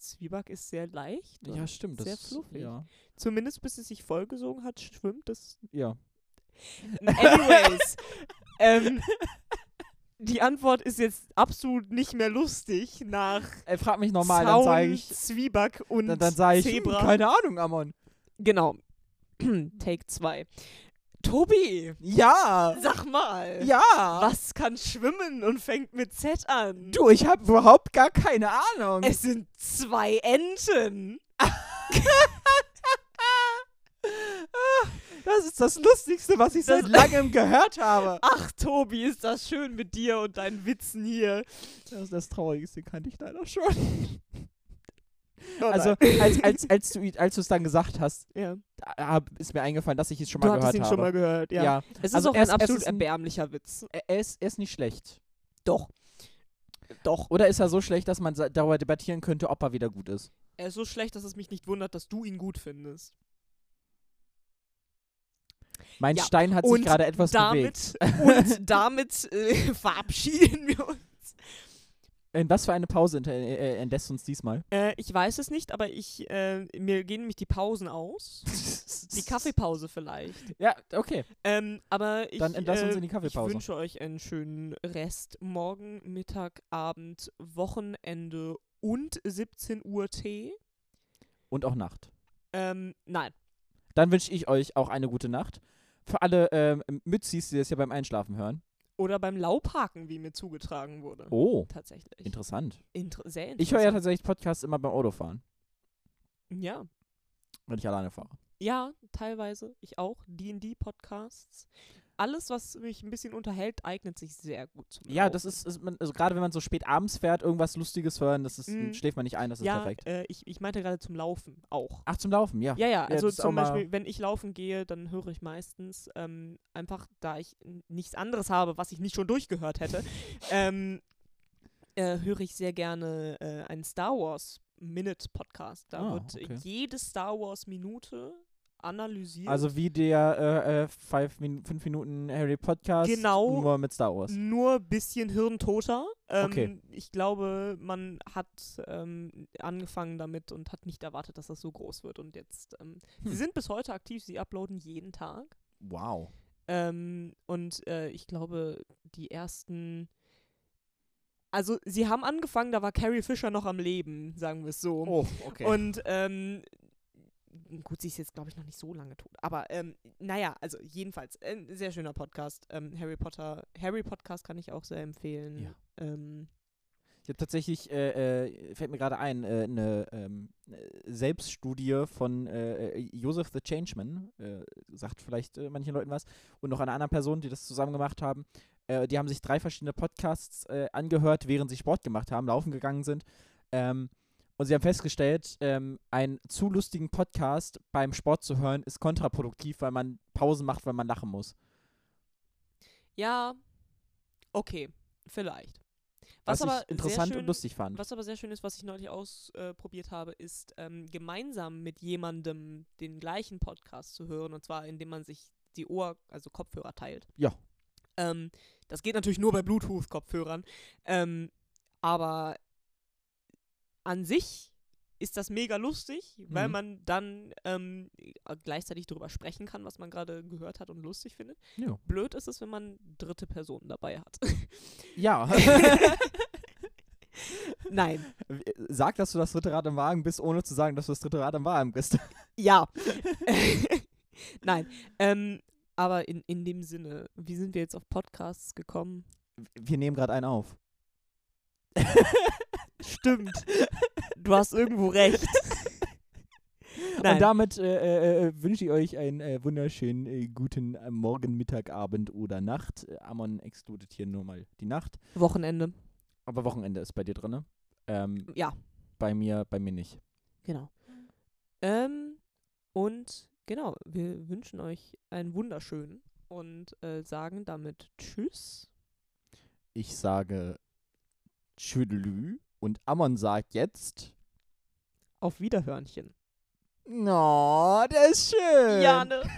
A: Zwieback ist sehr leicht.
B: Ja,
A: und
B: stimmt.
A: Sehr
B: das,
A: fluffig.
B: Ja.
A: Zumindest bis es sich vollgesogen hat, schwimmt das
B: ja.
A: Anyways, ähm, die Antwort ist jetzt absolut nicht mehr lustig nach
B: Äh, frag mich nochmal, dann
A: Zaun,
B: sage ich.
A: Zwieback und
B: Dann, dann sage ich. hm,
A: Zebra.
B: Keine Ahnung, Amon.
A: genau. Take 2. Tobi,
B: Ja!
A: sag mal,
B: Ja!
A: Äh, was kann schwimmen und fängt mit Z an?
B: Du, ich habe überhaupt gar keine Ahnung.
A: Es sind zwei Enten.
B: das ist das Lustigste, was ich
A: Das-
B: seit langem gehört habe.
A: Ach, Tobi, ist das schön mit dir und deinen Witzen hier.
B: Das ist das Traurigste, kannte ich leider schon.
A: Oh
B: Also, als, als, als du als du es dann gesagt hast,
A: nein. ja.
B: da- hab, ist mir eingefallen, dass ich es schon
A: du
B: mal
A: hattest
B: gehört
A: ihn
B: habe.
A: schon mal gehört, ja.
B: ja.
A: Es ist
B: Also
A: auch
B: es- es
A: ein absolut
B: ist ein-
A: erbärmlicher Witz.
B: Er- Er, ist, er ist nicht schlecht.
A: Doch. Doch.
B: Oder ist er so schlecht, dass man sa- darüber debattieren könnte, ob er wieder gut ist?
A: Er ist so schlecht, dass es mich nicht wundert, dass du ihn gut findest.
B: Mein
A: Ja,
B: Stein hat sich gerade etwas bewegt.
A: damit, Und damit äh, verabschieden wir uns.
B: In was für eine Pause ent- äh, äh, entlässt uns diesmal?
A: Äh, ich weiß es nicht, aber ich, äh, mir gehen nämlich die Pausen aus. Die
B: Die
A: Kaffeepause vielleicht.
B: Ja, okay.
A: Ähm, aber ich,
B: Dann entlass uns
A: äh,
B: in die Kaffeepause.
A: Ich wünsche euch einen schönen Rest. Morgen, Mittag, Abend, Wochenende und 17 Uhr Tee.
B: Und auch Nacht.
A: Ähm, nein.
B: Dann wünsche ich euch auch eine gute Nacht. Für alle ähm, Mützis, die das ja beim Einschlafen hören.
A: Oder beim Laubhaken, wie mir zugetragen wurde.
B: Oh,
A: Tatsächlich.
B: interessant.
A: Inter sehr interessant.
B: Ich höre ja tatsächlich Podcasts immer beim Autofahren,
A: Ja.
B: wenn ich alleine fahre.
A: Ja, teilweise. Ich auch. D&D-Podcasts. Alles, was mich ein bisschen unterhält, eignet sich sehr gut zum
B: Ja,
A: Laufen.
B: das ist, ist man, also gerade wenn man so spät abends fährt, irgendwas Lustiges hören, das ist,
A: Mhm.
B: schläft man nicht ein, das ist
A: ja,
B: perfekt.
A: Äh, ich, ich meinte gerade zum Laufen auch.
B: Ach, zum Laufen, ja.
A: Ja, ja, also
B: das ist auch
A: zum
B: mal-
A: Beispiel, wenn ich laufen gehe, dann höre ich meistens ähm, einfach, da ich n- nichts anderes habe, was ich nicht schon durchgehört hätte, ähm, äh, höre ich sehr gerne äh, einen Star Wars Minute Podcast. Da
B: Ah,
A: wird äh,
B: okay.
A: jede Star Wars Minute analysiert.
B: Also wie der 5 äh, five Min fünf Minuten Harry Podcast,
A: Genau.
B: nur mit Star Wars.
A: Nur ein bisschen hirntoter. Ähm,
B: Okay.
A: Ich glaube, man hat ähm, angefangen damit und hat nicht erwartet, dass das so groß wird. Und jetzt, ähm,
B: Hm.
A: sie sind bis heute aktiv, sie uploaden jeden Tag.
B: Wow.
A: Ähm, und äh, ich glaube, die ersten. Also, sie haben angefangen, da war Carrie Fisher noch am Leben, sagen wir es so.
B: Oh, okay.
A: Und ähm, gut, sie ist jetzt, glaube ich, noch nicht so lange tot. Aber ähm, naja, also jedenfalls, ein sehr schöner Podcast. Ähm, Harry Potter, Harry Podcast kann ich auch sehr empfehlen.
B: Ja.
A: Ähm,
B: Ich habe tatsächlich, äh, äh, fällt mir gerade ein, äh, eine ähm, äh, Selbststudie von äh, äh, Joseph the Changeman, äh, sagt vielleicht äh, manchen Leuten was, und noch einer anderen Person, die das zusammen gemacht haben. Äh, die haben sich drei verschiedene Podcasts äh, angehört, während sie Sport gemacht haben, laufen gegangen sind. Ähm, und sie haben festgestellt, ähm, einen zu lustigen Podcast beim Sport zu hören, ist kontraproduktiv, weil man Pausen macht, weil man lachen muss.
A: ja, okay, vielleicht.
B: Was,
A: Was, aber
B: ich interessant
A: sehr schön,
B: und lustig fand.
A: Was aber sehr schön ist, was ich neulich ausprobiert habe, ist ähm, gemeinsam mit jemandem den gleichen Podcast zu hören. Und zwar, indem man sich die Ohr, also Kopfhörer teilt.
B: Ja.
A: Ähm, das geht natürlich nur bei Bluetooth-Kopfhörern. Ähm, aber an sich ist das mega lustig, weil
B: Mhm.
A: man dann ähm, gleichzeitig darüber sprechen kann, was man gerade gehört hat und lustig findet.
B: Ja.
A: Blöd ist es, wenn man dritte Personen dabei hat.
B: ja.
A: Nein,
B: Sag, dass du das dritte Rad im Wagen bist, ohne zu sagen, dass du das dritte Rad im Wagen bist.
A: Ja. Nein. Ähm, aber in, in dem Sinne, wie sind wir jetzt auf Podcasts gekommen?
B: Wir nehmen gerade einen auf.
A: Stimmt. Du hast irgendwo recht. Nein.
B: Und damit äh, äh, äh, wünsche ich euch einen äh, wunderschönen äh, guten äh, Morgen, Mittag, Abend oder Nacht. Äh, Amon exkludiert hier nur mal die Nacht.
A: Wochenende.
B: Aber Wochenende ist bei dir drin. Ähm,
A: Ja,
B: bei mir, bei mir nicht.
A: genau. Ähm, und genau, wir wünschen euch einen wunderschönen und äh, sagen damit Tschüss.
B: Ich sage Tschüdelü und Amon sagt jetzt.
A: Auf Wiederhörnchen. ne?
B: No, der ist schön.
A: Jane.